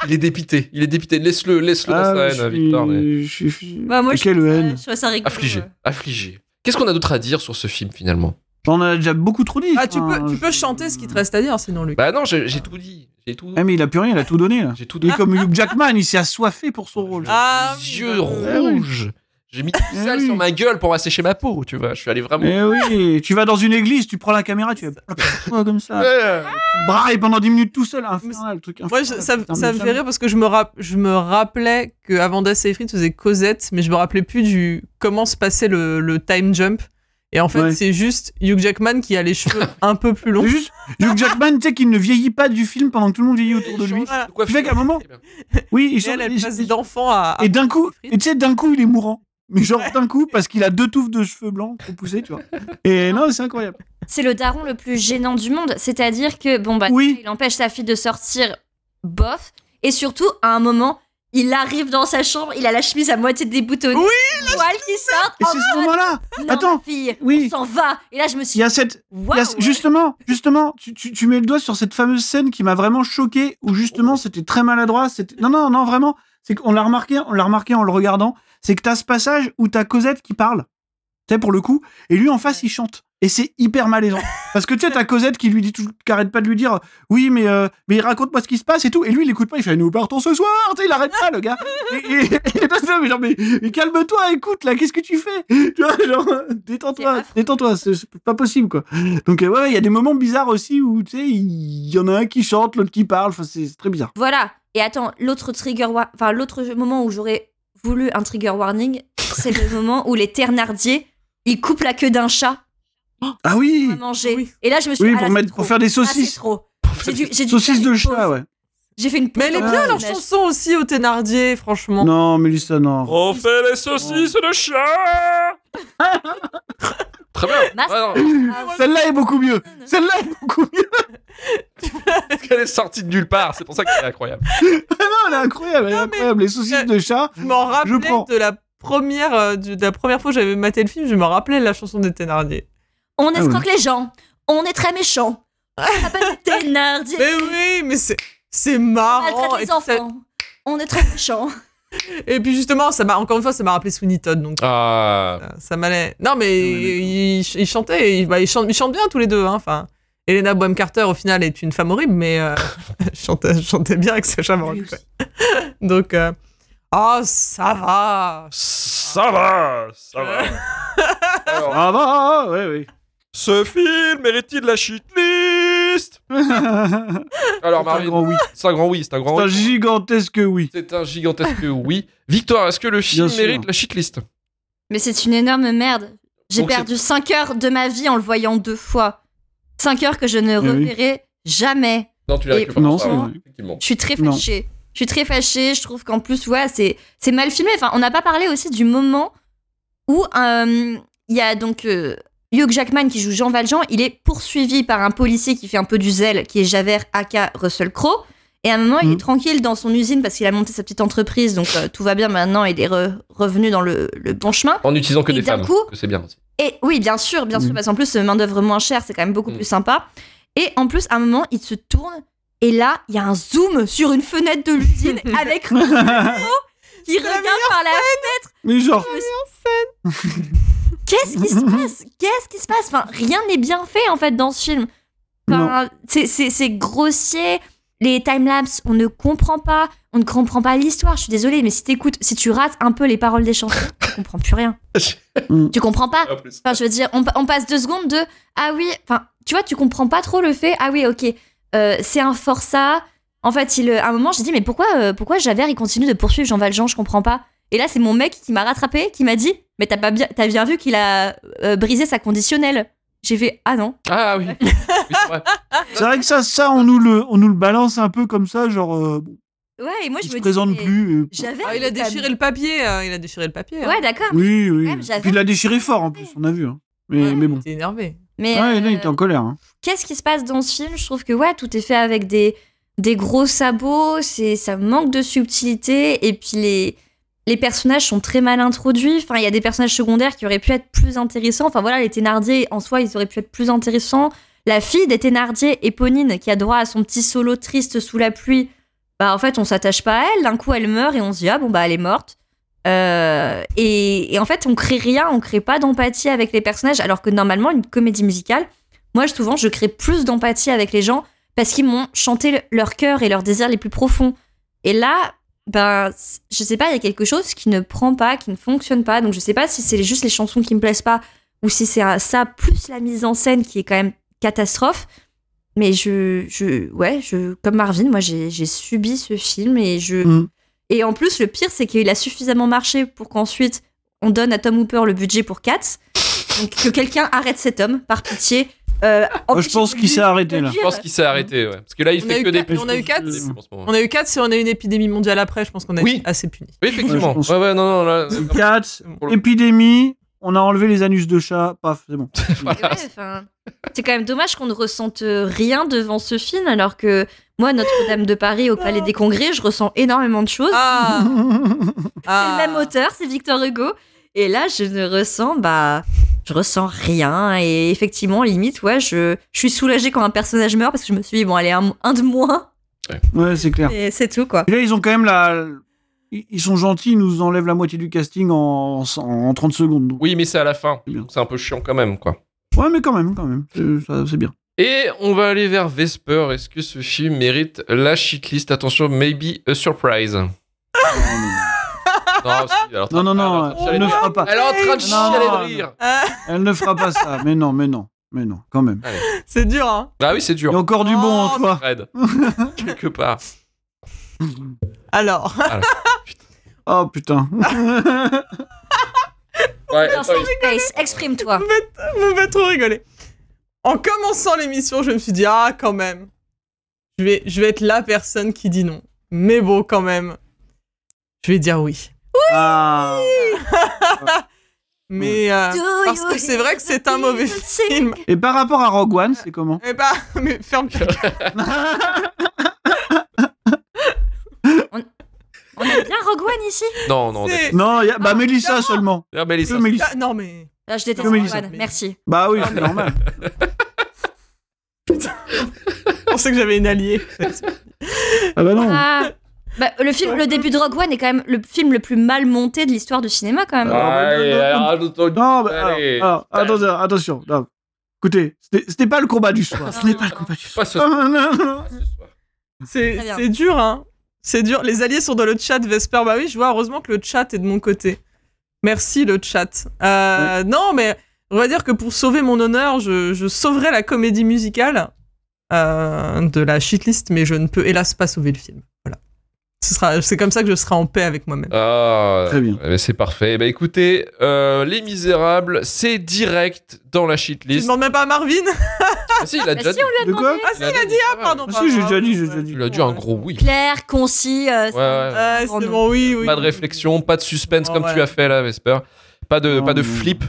Speaker 1: Il est dépité, il est dépité. Laisse-le, laisse-le
Speaker 2: Ah,
Speaker 1: dans sa
Speaker 2: mais
Speaker 1: haine,
Speaker 2: je suis-
Speaker 1: Victor. mais-
Speaker 2: je suis-
Speaker 3: Bah, moi, je
Speaker 2: Quelle
Speaker 3: trouve ça-
Speaker 2: haine.
Speaker 3: je trouve ça rigolo. euh.
Speaker 1: Affligé, affligé. Qu'est-ce qu'on a d'autre à dire sur ce film finalement
Speaker 2: On en a déjà beaucoup trop dit.
Speaker 4: Ah, tu
Speaker 2: enfin,
Speaker 4: peux, tu
Speaker 2: je-
Speaker 4: peux chanter ce qui te reste à dire, sinon, Luc.
Speaker 1: Bah non, j'ai j'ai tout dit. J'ai tout.
Speaker 2: Ah, mais il a plus rien, il a tout donné, là.
Speaker 1: J'ai tout
Speaker 2: Il
Speaker 1: donné.
Speaker 2: est comme Hugh Jackman, il s'est assoiffé pour son rôle.
Speaker 4: Ah,
Speaker 1: Les yeux
Speaker 2: Ah oui. Ah
Speaker 1: rouges. J'ai mis du sel
Speaker 2: oui.
Speaker 1: sur ma gueule pour assécher ma peau, tu vois. Je suis allé vraiment.
Speaker 2: Eh oui, tu vas dans une église, tu prends la caméra, tu fais comme ça.
Speaker 1: Ouais.
Speaker 2: braille pendant 10 minutes tout seul, infernal, le truc
Speaker 4: Moi,
Speaker 2: infernal,
Speaker 4: je- ça,
Speaker 2: putain,
Speaker 4: ça
Speaker 2: mais
Speaker 4: me fait rire parce que je me, rap- je me rappelais que Amanda Seyfried faisait Cosette, mais je me rappelais plus du comment se passait le, le time jump. Et en fait,
Speaker 2: Ouais.
Speaker 4: c'est juste Hugh Jackman qui a les cheveux un peu plus longs.
Speaker 2: C'est juste, Hugh Jackman, tu sais qu'il ne vieillit pas du film pendant que tout le monde vieillit autour de lui.
Speaker 1: Change de
Speaker 2: Tu
Speaker 1: coiffure.
Speaker 2: sais qu'à un moment, oui, il
Speaker 4: Et elle,
Speaker 2: change-
Speaker 4: elle
Speaker 2: il-
Speaker 4: passe
Speaker 2: il-
Speaker 4: d'enfant à. à-
Speaker 2: et d'un coup, et tu sais, d'un coup, il est mourant. Mais genre d'un coup, parce qu'il a deux touffes de cheveux blancs trop poussés, tu vois. Et non, c'est incroyable.
Speaker 3: C'est le daron le plus gênant du monde. C'est-à-dire que, bon, bah,
Speaker 2: Oui.
Speaker 3: il empêche sa fille de sortir, bof. Et surtout, à un moment, il arrive dans sa chambre, il a la chemise à moitié déboutonnée.
Speaker 4: Oui,
Speaker 3: la chemise qui sort.
Speaker 2: Et c'est ce moment-là,
Speaker 3: Oh non,
Speaker 2: attends,
Speaker 3: ma fille,
Speaker 2: oui.
Speaker 3: on s'en va. Et là, je me
Speaker 2: il
Speaker 3: suis
Speaker 2: y
Speaker 3: dit,
Speaker 2: a cette. il y
Speaker 3: waouh.
Speaker 2: a- justement, justement, tu, tu- tu mets le doigt sur cette fameuse scène qui m'a vraiment choqué, où
Speaker 3: Oh.
Speaker 2: justement c'était très maladroit. C'était... Non, non, non, vraiment. C'est qu'on l'a remarqué, on l'a remarqué en le regardant. C'est que t'as ce passage où t'as Cosette qui parle, tu sais, pour le coup, et lui en face il chante. Et c'est hyper malaisant. Parce que tu sais, t'as Cosette qui lui dit tout, qui arrête pas de lui dire Oui, mais, euh, mais raconte-moi ce qui se passe et tout. Et lui, il écoute pas, il fait Nous partons ce soir, tu sais, il arrête pas, le gars. Et, et, et toi, t'es là, mais genre, mais, mais calme-toi, écoute, là, qu'est-ce que tu fais Tu vois, genre,
Speaker 3: C'est
Speaker 2: détends-toi,
Speaker 3: affreux.
Speaker 2: détends-toi, c'est c'est pas possible, quoi. Donc, euh, ouais, il y a des moments bizarres aussi où, tu sais, il y en a un qui chante, l'autre qui parle, enfin, c'est c'est très bizarre.
Speaker 3: Voilà. Et attends, l'autre trigger, wa- enfin l'autre moment où j'aurais voulu un trigger warning, c'est le moment où les ternardiers ils coupent la queue d'un chat
Speaker 2: Ah oui
Speaker 3: à manger.
Speaker 4: Oui.
Speaker 3: Et là, je me suis
Speaker 2: Oui,
Speaker 3: ah,
Speaker 2: pour,
Speaker 3: là,
Speaker 2: mettre,
Speaker 3: c'est
Speaker 2: pour
Speaker 3: trop.
Speaker 2: faire des
Speaker 3: Ah, c'est
Speaker 2: saucisses.
Speaker 3: trop. J'ai dû, j'ai dû
Speaker 2: saucisses
Speaker 3: faire
Speaker 2: de
Speaker 3: une
Speaker 2: chat,
Speaker 3: pause.
Speaker 2: ouais.
Speaker 3: J'ai fait une pause. Ah,
Speaker 4: Mais elle est
Speaker 3: dans
Speaker 4: bien
Speaker 3: le
Speaker 4: leur
Speaker 3: tournage.
Speaker 4: chanson aussi au Thénardier, franchement.
Speaker 2: Non, Mélissa, non.
Speaker 1: On fait les saucisses de chat Très bien
Speaker 3: Masque.
Speaker 1: Ah non,
Speaker 2: Celle-là est beaucoup mieux Celle-là est beaucoup mieux
Speaker 1: parce qu'elle est sortie de nulle part, c'est pour ça qu'elle est incroyable.
Speaker 2: Non, elle est incroyable, elle est
Speaker 4: Non, mais-
Speaker 2: incroyable. Les saucisses de chat,
Speaker 4: Je m'en rappelais
Speaker 2: prends.
Speaker 4: de la première, euh, du- de la première fois que j'avais maté le film, je me rappelais la chanson des Thénardier.
Speaker 3: On
Speaker 2: Ah
Speaker 3: escroque les gens. On est très méchants. On s'appelle les thénardiers.
Speaker 4: Mais oui, mais c'est. C'est
Speaker 3: On
Speaker 4: marrant.
Speaker 3: maltraite
Speaker 4: Et
Speaker 3: les
Speaker 4: puis, ça-
Speaker 3: enfants. On est très méchants.
Speaker 4: et puis justement, ça m'a encore une fois, ça m'a rappelé Sweeney Todd, donc
Speaker 1: Ah,
Speaker 4: Euh, ça m'allait. Non, mais
Speaker 2: Ouais, d'accord.
Speaker 4: ils, ch- ils chantaient, ils, bah, ils chantent, ils chantent bien tous les deux. hein, Enfin, Elena Bohem Carter, au final, est une femme horrible, mais euh, chantait, chantait bien avec Sacha Baron Cohen. Donc, euh, ah, ça
Speaker 3: Ah.
Speaker 4: va.
Speaker 1: ça va Ça va Alors,
Speaker 2: Ah bah, ouais, oui.
Speaker 1: Ce film mérite-t-il la chute communiste Alors,
Speaker 2: C'est un
Speaker 1: Marvin,
Speaker 2: grand oui.
Speaker 1: c'est un grand oui, c'est un grand
Speaker 2: C'est un
Speaker 1: oui.
Speaker 2: gigantesque oui.
Speaker 1: C'est un gigantesque oui. Victoire, est-ce que le film
Speaker 2: sûr.
Speaker 1: mérite la shitlist
Speaker 3: Mais c'est une énorme merde. J'ai
Speaker 1: Donc c'est-
Speaker 3: perdu 5 heures de ma vie en le voyant deux fois. 5 heures que je ne
Speaker 2: oui.
Speaker 3: reverrai jamais.
Speaker 1: Non, tu l'as
Speaker 3: Et-
Speaker 1: récupéré.
Speaker 2: Non,
Speaker 1: ça
Speaker 2: c'est
Speaker 1: va,
Speaker 2: vrai.
Speaker 1: effectivement.
Speaker 3: Je suis très
Speaker 2: Non.
Speaker 3: fâchée. Je suis très fâchée. Je trouve qu'en plus, voilà, c'est c'est mal filmé. Enfin, on n'a pas parlé aussi du moment où euh, il y a donc euh, Hugh Jackman qui joue Jean Valjean. Il est poursuivi par un policier qui fait un peu du zèle, qui est Javert aka Russell Crowe. Et à un moment, il
Speaker 2: Mhm.
Speaker 3: est tranquille dans son usine parce qu'il a monté sa petite entreprise. Donc euh, tout va bien maintenant. Il est re- revenu dans le, le bon chemin.
Speaker 1: En utilisant que
Speaker 3: Et
Speaker 1: des
Speaker 3: d'un
Speaker 1: femmes.
Speaker 3: coup-
Speaker 1: que c'est bien aussi.
Speaker 3: Et oui, bien sûr, bien sûr,
Speaker 2: Mhm.
Speaker 3: parce qu'en plus, main d'œuvre moins chère, c'est quand même beaucoup
Speaker 1: Mhm.
Speaker 3: plus sympa. Et en plus, à un moment, il se tourne et là, il y a un zoom sur une fenêtre de l'usine avec Russell qui
Speaker 4: la
Speaker 3: regarde par la.
Speaker 2: Mais genre,
Speaker 3: Qu'est-ce qui se passe Qu'est-ce qui se passe Enfin, rien n'est bien fait en fait dans ce film. Enfin, c'est- c'est c'est grossier. Les timelapses, on ne comprend pas, on ne comprend pas l'histoire. Je suis désolée, mais si t'écoutes, si tu rates un peu les paroles des chansons, tu comprends plus rien.
Speaker 2: Mm.
Speaker 3: tu comprends pas.
Speaker 1: En plus.
Speaker 3: Enfin, je veux dire, on, pa- on passe deux secondes de ah oui, enfin, tu vois, tu comprends pas trop le fait. Ah oui, ok, euh, c'est un forçat. En fait, il, euh, à un moment, j'ai dit mais pourquoi, euh, pourquoi Javert il continue de poursuivre Jean Valjean Je comprends pas. Et là, c'est mon mec qui m'a rattrapé, qui m'a dit mais t'as pas bien, t'as bien vu qu'il a euh, brisé sa conditionnelle. J'ai fait ah non.
Speaker 1: Ah oui. Oui, c'est vrai.
Speaker 2: c'est vrai que ça, ça, on nous le, on nous le balance un peu comme ça, genre, euh, bon,
Speaker 3: Ouais, et moi je
Speaker 2: il
Speaker 3: me
Speaker 2: se
Speaker 3: dis,
Speaker 2: présente
Speaker 3: mais
Speaker 2: plus. euh,
Speaker 3: Javert,
Speaker 4: Ah, il a déchiré le papier, euh, il a déchiré le papier. hein.
Speaker 3: Ouais, d'accord.
Speaker 2: oui, oui.
Speaker 3: même, j'avais-
Speaker 2: Puis il l'a déchiré fort en plus, on a vu. hein. Mais, mais bon.
Speaker 4: Il était énervé.
Speaker 3: Mais
Speaker 2: Ouais, là, il
Speaker 3: euh,
Speaker 2: était en colère. hein.
Speaker 3: qu'est-ce qui se passe dans ce film Je trouve que ouais, tout est fait avec des, des gros sabots, c'est ça manque de subtilité et puis les les personnages sont très mal introduits. Enfin, il y a des personnages secondaires qui auraient pu être plus intéressants. Enfin voilà, les Thénardier en soi, ils auraient pu être plus intéressants. La fille des Thénardier, Éponine, qui a droit à son petit solo triste sous la pluie. Bah en fait, on s'attache pas à elle. D'un coup, elle meurt et on se dit ah bon bah elle est morte. Euh, et, et en fait, on crée rien, on crée pas d'empathie avec les personnages, alors que normalement, une comédie musicale, moi, je- souvent, je crée plus d'empathie avec les gens parce qu'ils m'ont chanté le- leur cœur et leurs désirs les plus profonds. Et là, ben, c- je sais pas, il y a quelque chose qui ne prend pas, qui ne fonctionne pas. Donc, je sais pas si c'est juste les chansons qui me plaisent pas ou si c'est euh, ça plus la mise en scène qui est quand même catastrophe. Mais je, je ouais, je, comme Marvin, moi, j'ai j'ai subi ce film et je.
Speaker 2: Mm.
Speaker 3: Et en plus, le pire, c'est qu'il a suffisamment marché pour qu'ensuite on donne à Tom Hooper le budget pour Cats. Donc, que quelqu'un arrête cet homme, par pitié. Euh,
Speaker 2: Moi, je pense qu'il s'est arrêté là.
Speaker 1: Je pense qu'il s'est arrêté, ouais. Parce que là, il
Speaker 4: On a
Speaker 1: fait
Speaker 4: eu
Speaker 1: que des
Speaker 4: quatre- on a eu quatre.
Speaker 1: Des pubs en ce moment.
Speaker 4: On a eu 4 si on a eu une épidémie mondiale après, je pense qu'on a
Speaker 1: Oui.
Speaker 4: été assez punis.
Speaker 1: Oui, effectivement.
Speaker 2: Ouais, je pense.
Speaker 1: Ouais, ouais, non, non, là.
Speaker 2: Cats,
Speaker 1: Pour le-
Speaker 2: épidémie, on a enlevé les anus de chat, paf, c'est bon.
Speaker 1: Voilà.
Speaker 3: Ouais, enfin, c'est quand même dommage qu'on ne ressente euh, rien devant ce film, alors que moi, Notre-Dame de Paris au Palais des Congrès, je ressens énormément de choses.
Speaker 4: Ah, ah.
Speaker 3: C'est le même auteur, c'est Victor Hugo. Et là, je ne ressens, bah, je ressens rien. Et effectivement, limite, ouais, je, je suis soulagée quand un personnage meurt parce que je me suis dit, bon, allez, un, un de moins.
Speaker 2: Ouais, c'est clair.
Speaker 3: Et c'est tout, quoi.
Speaker 2: Et là, ils ont quand même la. Ils ils sont gentils, ils nous enlèvent la moitié du casting en, en- en 30 secondes. donc.
Speaker 1: Oui, mais c'est à la fin.
Speaker 2: C'est bien.
Speaker 1: Donc, C'est un peu chiant quand même, quoi.
Speaker 2: Ouais, mais quand même, quand même. Euh, ça, C'est bien.
Speaker 1: Et on va aller vers Vesper. Est-ce que ce film mérite la shitlist Attention, maybe a surprise. non, si, alors,
Speaker 2: Non, non,
Speaker 1: alors,
Speaker 2: non,
Speaker 1: attends,
Speaker 2: elle
Speaker 1: Ah, j'allais
Speaker 2: ne
Speaker 1: dire.
Speaker 2: fera pas,
Speaker 1: Elle est en train de
Speaker 2: Non,
Speaker 1: chialer
Speaker 2: non,
Speaker 1: de rire.
Speaker 4: Ah,
Speaker 2: elle ne fera pas ça. Mais non, mais non, mais non, quand même.
Speaker 4: C'est dur, hein.
Speaker 1: Ah oui, c'est
Speaker 2: Il y
Speaker 1: dur.
Speaker 2: a encore du bon en
Speaker 4: Oh,
Speaker 2: toi.
Speaker 1: Fred. Quelque part.
Speaker 4: Alors,
Speaker 2: Oh putain.
Speaker 1: Ouais,
Speaker 3: Dans
Speaker 1: attends,
Speaker 3: Safe Space, exprime-toi.
Speaker 4: vous m'avez trop rigolé. En commençant l'émission, je me suis dit, ah, quand même, je vais, je vais être la personne qui dit non. Mais bon, quand même, je vais dire oui.
Speaker 2: Ah.
Speaker 4: Mais euh, parce que c'est vrai que c'est un mauvais film.
Speaker 2: Et par rapport à Rogue One, c'est comment
Speaker 4: Eh bah, mais ferme ta gueule.
Speaker 3: On a bien Rogue One ici
Speaker 1: il- Non, non.
Speaker 4: C'est-
Speaker 2: Non, y a... bah Mélissa seulement.
Speaker 1: Ah, mais les-
Speaker 2: Que Mélissa.
Speaker 4: Ah, Non, mais.
Speaker 3: Ah, Je déteste
Speaker 2: Non, mais
Speaker 3: Rogue
Speaker 2: Lisa.
Speaker 3: One, merci.
Speaker 2: Bah oui, c'est normal.
Speaker 4: Je pensais que j'avais une alliée.
Speaker 2: Ah bah non.
Speaker 3: Ah, bah, le, film, le début de Rogue One est quand même le film le plus mal monté de l'histoire du cinéma, quand même.
Speaker 2: Ah.
Speaker 1: Allez, rajoute-toi une-
Speaker 2: Non, bah, alors,
Speaker 1: Allez.
Speaker 2: alors, attention, attention. non. Écoutez, c'était c'était pas le combat du
Speaker 3: Ah,
Speaker 2: soir. Ce n'est pas le combat du
Speaker 1: Pas
Speaker 2: soir.
Speaker 1: ce
Speaker 2: Ah, non, non, non.
Speaker 4: C'est
Speaker 3: Très bien.
Speaker 4: c'est dur, hein. C'est dur. Les alliés sont dans le chat, Vesper. Bah oui, je vois. Heureusement que le chat est de mon côté. Merci, le chat. Euh, Non, mais on va dire que pour sauver mon honneur, je, je sauverai la comédie musicale. euh, de la shitlist, mais je ne peux hélas pas sauver le film. Voilà. Ce sera, c'est comme ça que je serai en paix avec moi-même.
Speaker 1: Ah,
Speaker 2: Très bien.
Speaker 1: eh ben, c'est parfait. Eh ben, écoutez, euh, Les Misérables, c'est direct dans la
Speaker 4: Tu
Speaker 1: shitlist.
Speaker 4: demandes même pas à Marvin
Speaker 1: Ah, si, il a
Speaker 3: Bah
Speaker 1: déjà
Speaker 3: si, on lui a
Speaker 2: De
Speaker 3: demandé.
Speaker 2: quoi
Speaker 4: Ah si, il a dit ah pardon.
Speaker 2: Ah
Speaker 4: pardon,
Speaker 2: si, j'ai déjà
Speaker 4: pardon,
Speaker 2: dit, j'ai
Speaker 4: ouais.
Speaker 2: déjà dit.
Speaker 1: Il a dit un gros oui.
Speaker 3: Clair, concis. euh,
Speaker 1: Ouais, ouais.
Speaker 4: Ah, c'est
Speaker 3: Oh, non.
Speaker 4: bon, oui, oui.
Speaker 1: Pas de réflexion, pas de suspense
Speaker 4: Oh,
Speaker 1: comme tu
Speaker 4: ouais.
Speaker 1: as fait là, Vesper. Pas de,
Speaker 2: Non,
Speaker 1: pas de
Speaker 2: mais-
Speaker 1: flip.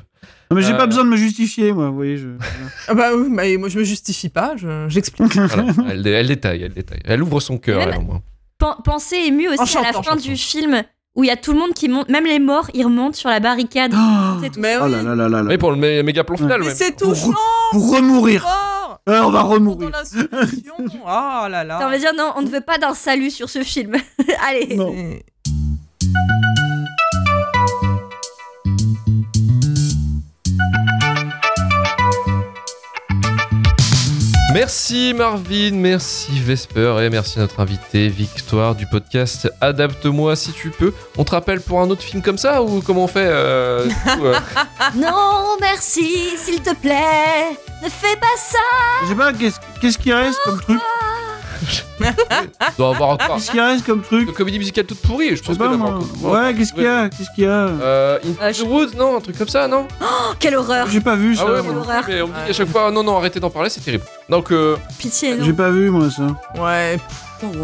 Speaker 2: Non, mais j'ai
Speaker 1: Euh.
Speaker 2: pas besoin de me justifier, moi, vous voyez. Je... voilà.
Speaker 4: Ah bah oui, mais moi je me justifie pas, je- j'explique.
Speaker 1: Voilà. elle, elle détaille, elle détaille. Elle ouvre son cœur,
Speaker 3: Même-
Speaker 1: elle, au moins.
Speaker 3: Pen- Pensez ému aussi
Speaker 4: En
Speaker 3: à la
Speaker 4: chantant,
Speaker 3: fin
Speaker 1: en
Speaker 3: du film où il y a tout le monde qui monte, même les morts, ils remontent sur la barricade.
Speaker 2: Oh,
Speaker 3: C'est tout.
Speaker 4: Mais
Speaker 2: Oh
Speaker 4: oui,
Speaker 2: là là là là là.
Speaker 1: Mais pour le mé- méga plan final,
Speaker 4: mais
Speaker 1: même.
Speaker 4: c'est
Speaker 2: Pour,
Speaker 4: touchant,
Speaker 2: pour remourir.
Speaker 4: fort
Speaker 2: Euh, on va remourir.
Speaker 4: Pendant la solution. Ah là là.
Speaker 3: Attends, on va dire non, on ne veut pas d'un salut sur ce film. Allez.
Speaker 2: Non.
Speaker 4: Et-
Speaker 1: Merci Marvin, merci Vesper et merci notre invité Victoire du podcast Adapte-moi si tu peux. On te rappelle pour un autre film comme ça ou comment on fait euh, du coup, euh,
Speaker 3: Ah. Non, merci, s'il te plaît. Ne fais pas ça.
Speaker 2: Je sais pas, qu'est-ce qu'est-ce qui reste comme truc
Speaker 1: Il doit avoir encore
Speaker 2: Qu'est-ce qui reste comme truc
Speaker 1: une comédie musicale toute pourrie. Je
Speaker 2: Je sais
Speaker 1: pense
Speaker 2: pas,
Speaker 1: que
Speaker 2: moi. Ouais, qu'est-ce qu'il y a Qu'est-ce qu'il y a
Speaker 1: Euh, Into
Speaker 4: Ah,
Speaker 3: Euh,
Speaker 1: the
Speaker 3: je-
Speaker 1: Woods, non, un truc comme ça, non
Speaker 3: Oh, quelle horreur.
Speaker 2: J'ai pas vu ça.
Speaker 1: Ah ouais,
Speaker 2: moi.
Speaker 1: moi non
Speaker 3: L'horreur.
Speaker 1: plus, mais on me dit à chaque fois, ah non, non, arrêtez d'en parler, c'est terrible. Donc, euh,
Speaker 3: Pitié,
Speaker 2: Ah, J'ai
Speaker 3: non.
Speaker 2: pas vu, moi, ça.
Speaker 4: Ouais.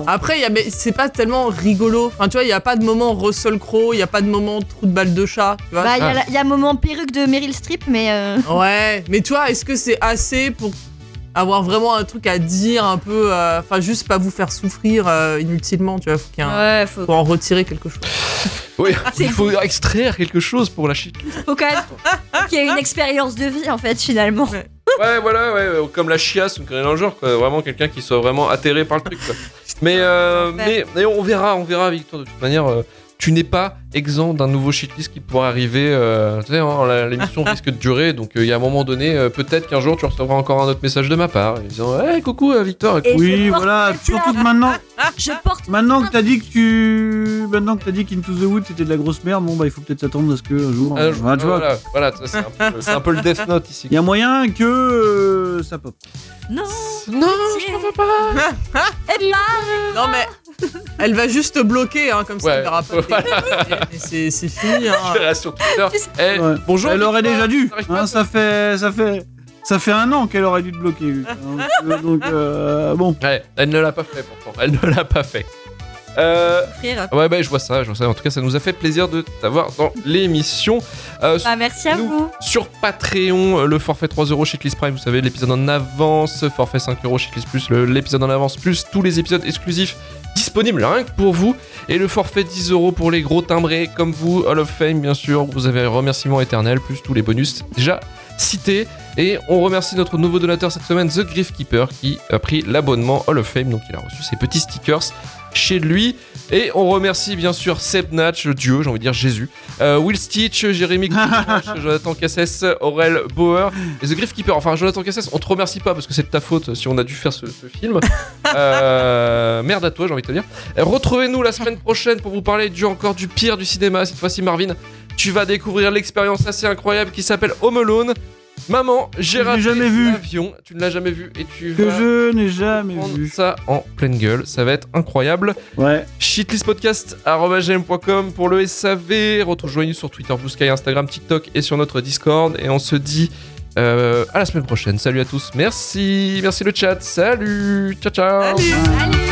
Speaker 4: Après, il y a- mais c'est pas tellement rigolo. Enfin, tu vois, il y a pas de moment Russell Crowe, il y a pas de moment trou de balle de chat, tu vois.
Speaker 3: Bah, il y a la- il y, a un moment perruque de Meryl Streep, mais. euh,
Speaker 4: Ouais, mais tu vois, est-ce que c'est assez pour avoir vraiment un truc à dire un peu, euh, enfin juste pas vous faire souffrir euh, inutilement, tu vois, faut qu'il y ait un-
Speaker 3: Ouais, faut,
Speaker 4: faut en retirer quelque chose.
Speaker 1: oui,
Speaker 3: Ah, C'est-
Speaker 1: il faut extraire quelque chose pour la shit.
Speaker 3: faut quand même faut qu'il y ait une expérience de vie en fait finalement.
Speaker 1: Ouais, voilà, ouais, ouais, comme la chiasse ou quelque dans le genre, quoi. Vraiment quelqu'un qui soit vraiment atterré par le truc, quoi. Mais, euh, mais, mais on verra, on verra, Victor, de toute manière. euh, tu n'es pas exempt d'un nouveau shitlist qui pourrait arriver. euh, tu sais, hein, la- l'émission risque de durer, donc euh, il y a un moment donné, euh, peut-être qu'un jour tu recevras encore un autre message de ma part, en disant Hey, coucou euh, Victor,
Speaker 3: Et
Speaker 2: Oui,
Speaker 3: je porte
Speaker 2: voilà.
Speaker 3: mes
Speaker 2: Surtout
Speaker 3: plaintes.
Speaker 2: que maintenant,
Speaker 3: Je porte.
Speaker 2: maintenant que t'as dit que tu, maintenant que t'as dit qu'Into the Wood c'était de la grosse merde, bon bah il faut peut-être s'attendre à ce que un jour,
Speaker 1: Ah,
Speaker 2: euh,
Speaker 1: je-
Speaker 2: voilà, tu vois.
Speaker 1: voilà, voilà, ça, c'est un, peu- c'est un peu le Death Note ici.
Speaker 2: Il y a moyen que euh, ça pop.
Speaker 3: Non.
Speaker 1: Non,
Speaker 3: pitié.
Speaker 1: je ne veux pas.
Speaker 3: Eh ben,
Speaker 4: Non mais elle va juste te bloquer, hein, comme ça
Speaker 1: Ouais.
Speaker 4: tu verras pas. Mais c'est c'est fini. Hein.
Speaker 3: Ah.
Speaker 1: Je reste sur Twitter. Eh,
Speaker 2: Ouais.
Speaker 1: Bonjour.
Speaker 2: Elle aurait
Speaker 1: Victor.
Speaker 2: déjà dû.
Speaker 1: T'arrives
Speaker 2: hein,
Speaker 1: pas,
Speaker 2: ça fait, ça fait, ça fait un an qu'elle aurait dû te bloquer. hein, tu vois, donc euh, bon.
Speaker 1: Ouais, elle ne l'a pas fait pourtant. Elle ne l'a pas fait. Euh,
Speaker 3: frère.
Speaker 1: ouais, bah, je vois ça, je vois ça. En tout cas, ça nous a fait plaisir de t'avoir dans l'émission. Euh,
Speaker 3: Bah, merci à
Speaker 1: Nous.
Speaker 3: vous.
Speaker 1: Sur Patreon, euh, le forfait 3 euros chez Cliss Prime, vous savez, l'épisode en avance, forfait 5 euros chez Cliss Plus, le- l'épisode en avance plus, tous les épisodes exclusifs disponibles rien que pour vous, et le forfait 10 euros pour les gros timbrés comme vous, Hall of Fame bien sûr, vous avez un remerciement éternel, plus tous les bonus déjà cités, et on remercie notre nouveau donateur cette semaine, The Griff Keeper, qui a pris l'abonnement Hall of Fame, donc il a reçu ses petits stickers chez lui, et on remercie bien sûr Sebnatch, Dieu, j'ai envie de dire Jésus, euh, Will Stitch, Jérémy Gouinache, Jonathan Cassès, Aurel Bauer et The Griff Keeper. Enfin, Jonathan Cassès, on te remercie pas parce que c'est de ta faute si on a dû faire ce, ce film. Euh, merde à toi, j'ai envie de te dire. Euh, Retrouvez-nous la semaine prochaine pour vous parler du encore du pire du cinéma. Cette fois-ci, Marvin, tu vas découvrir l'expérience assez incroyable qui s'appelle Home Alone. Maman, j'ai
Speaker 2: Je l'ai
Speaker 1: raté
Speaker 2: jamais vu.
Speaker 1: l'avion. Tu ne l'as jamais vu et tu
Speaker 2: Que
Speaker 1: vas
Speaker 2: je n'ai jamais
Speaker 1: prendre
Speaker 2: vu.
Speaker 1: ça en pleine gueule. Ça va être incroyable
Speaker 2: Ouais.
Speaker 1: shitlistpodcast.com pour le SAV. Rejoignez-nous sur Twitter, Blue Sky, Instagram, TikTok et sur notre Discord. Et on se dit euh, à la semaine prochaine. Salut à tous. Merci. Merci le chat. Salut. Ciao, ciao.
Speaker 4: Salut.
Speaker 3: Salut.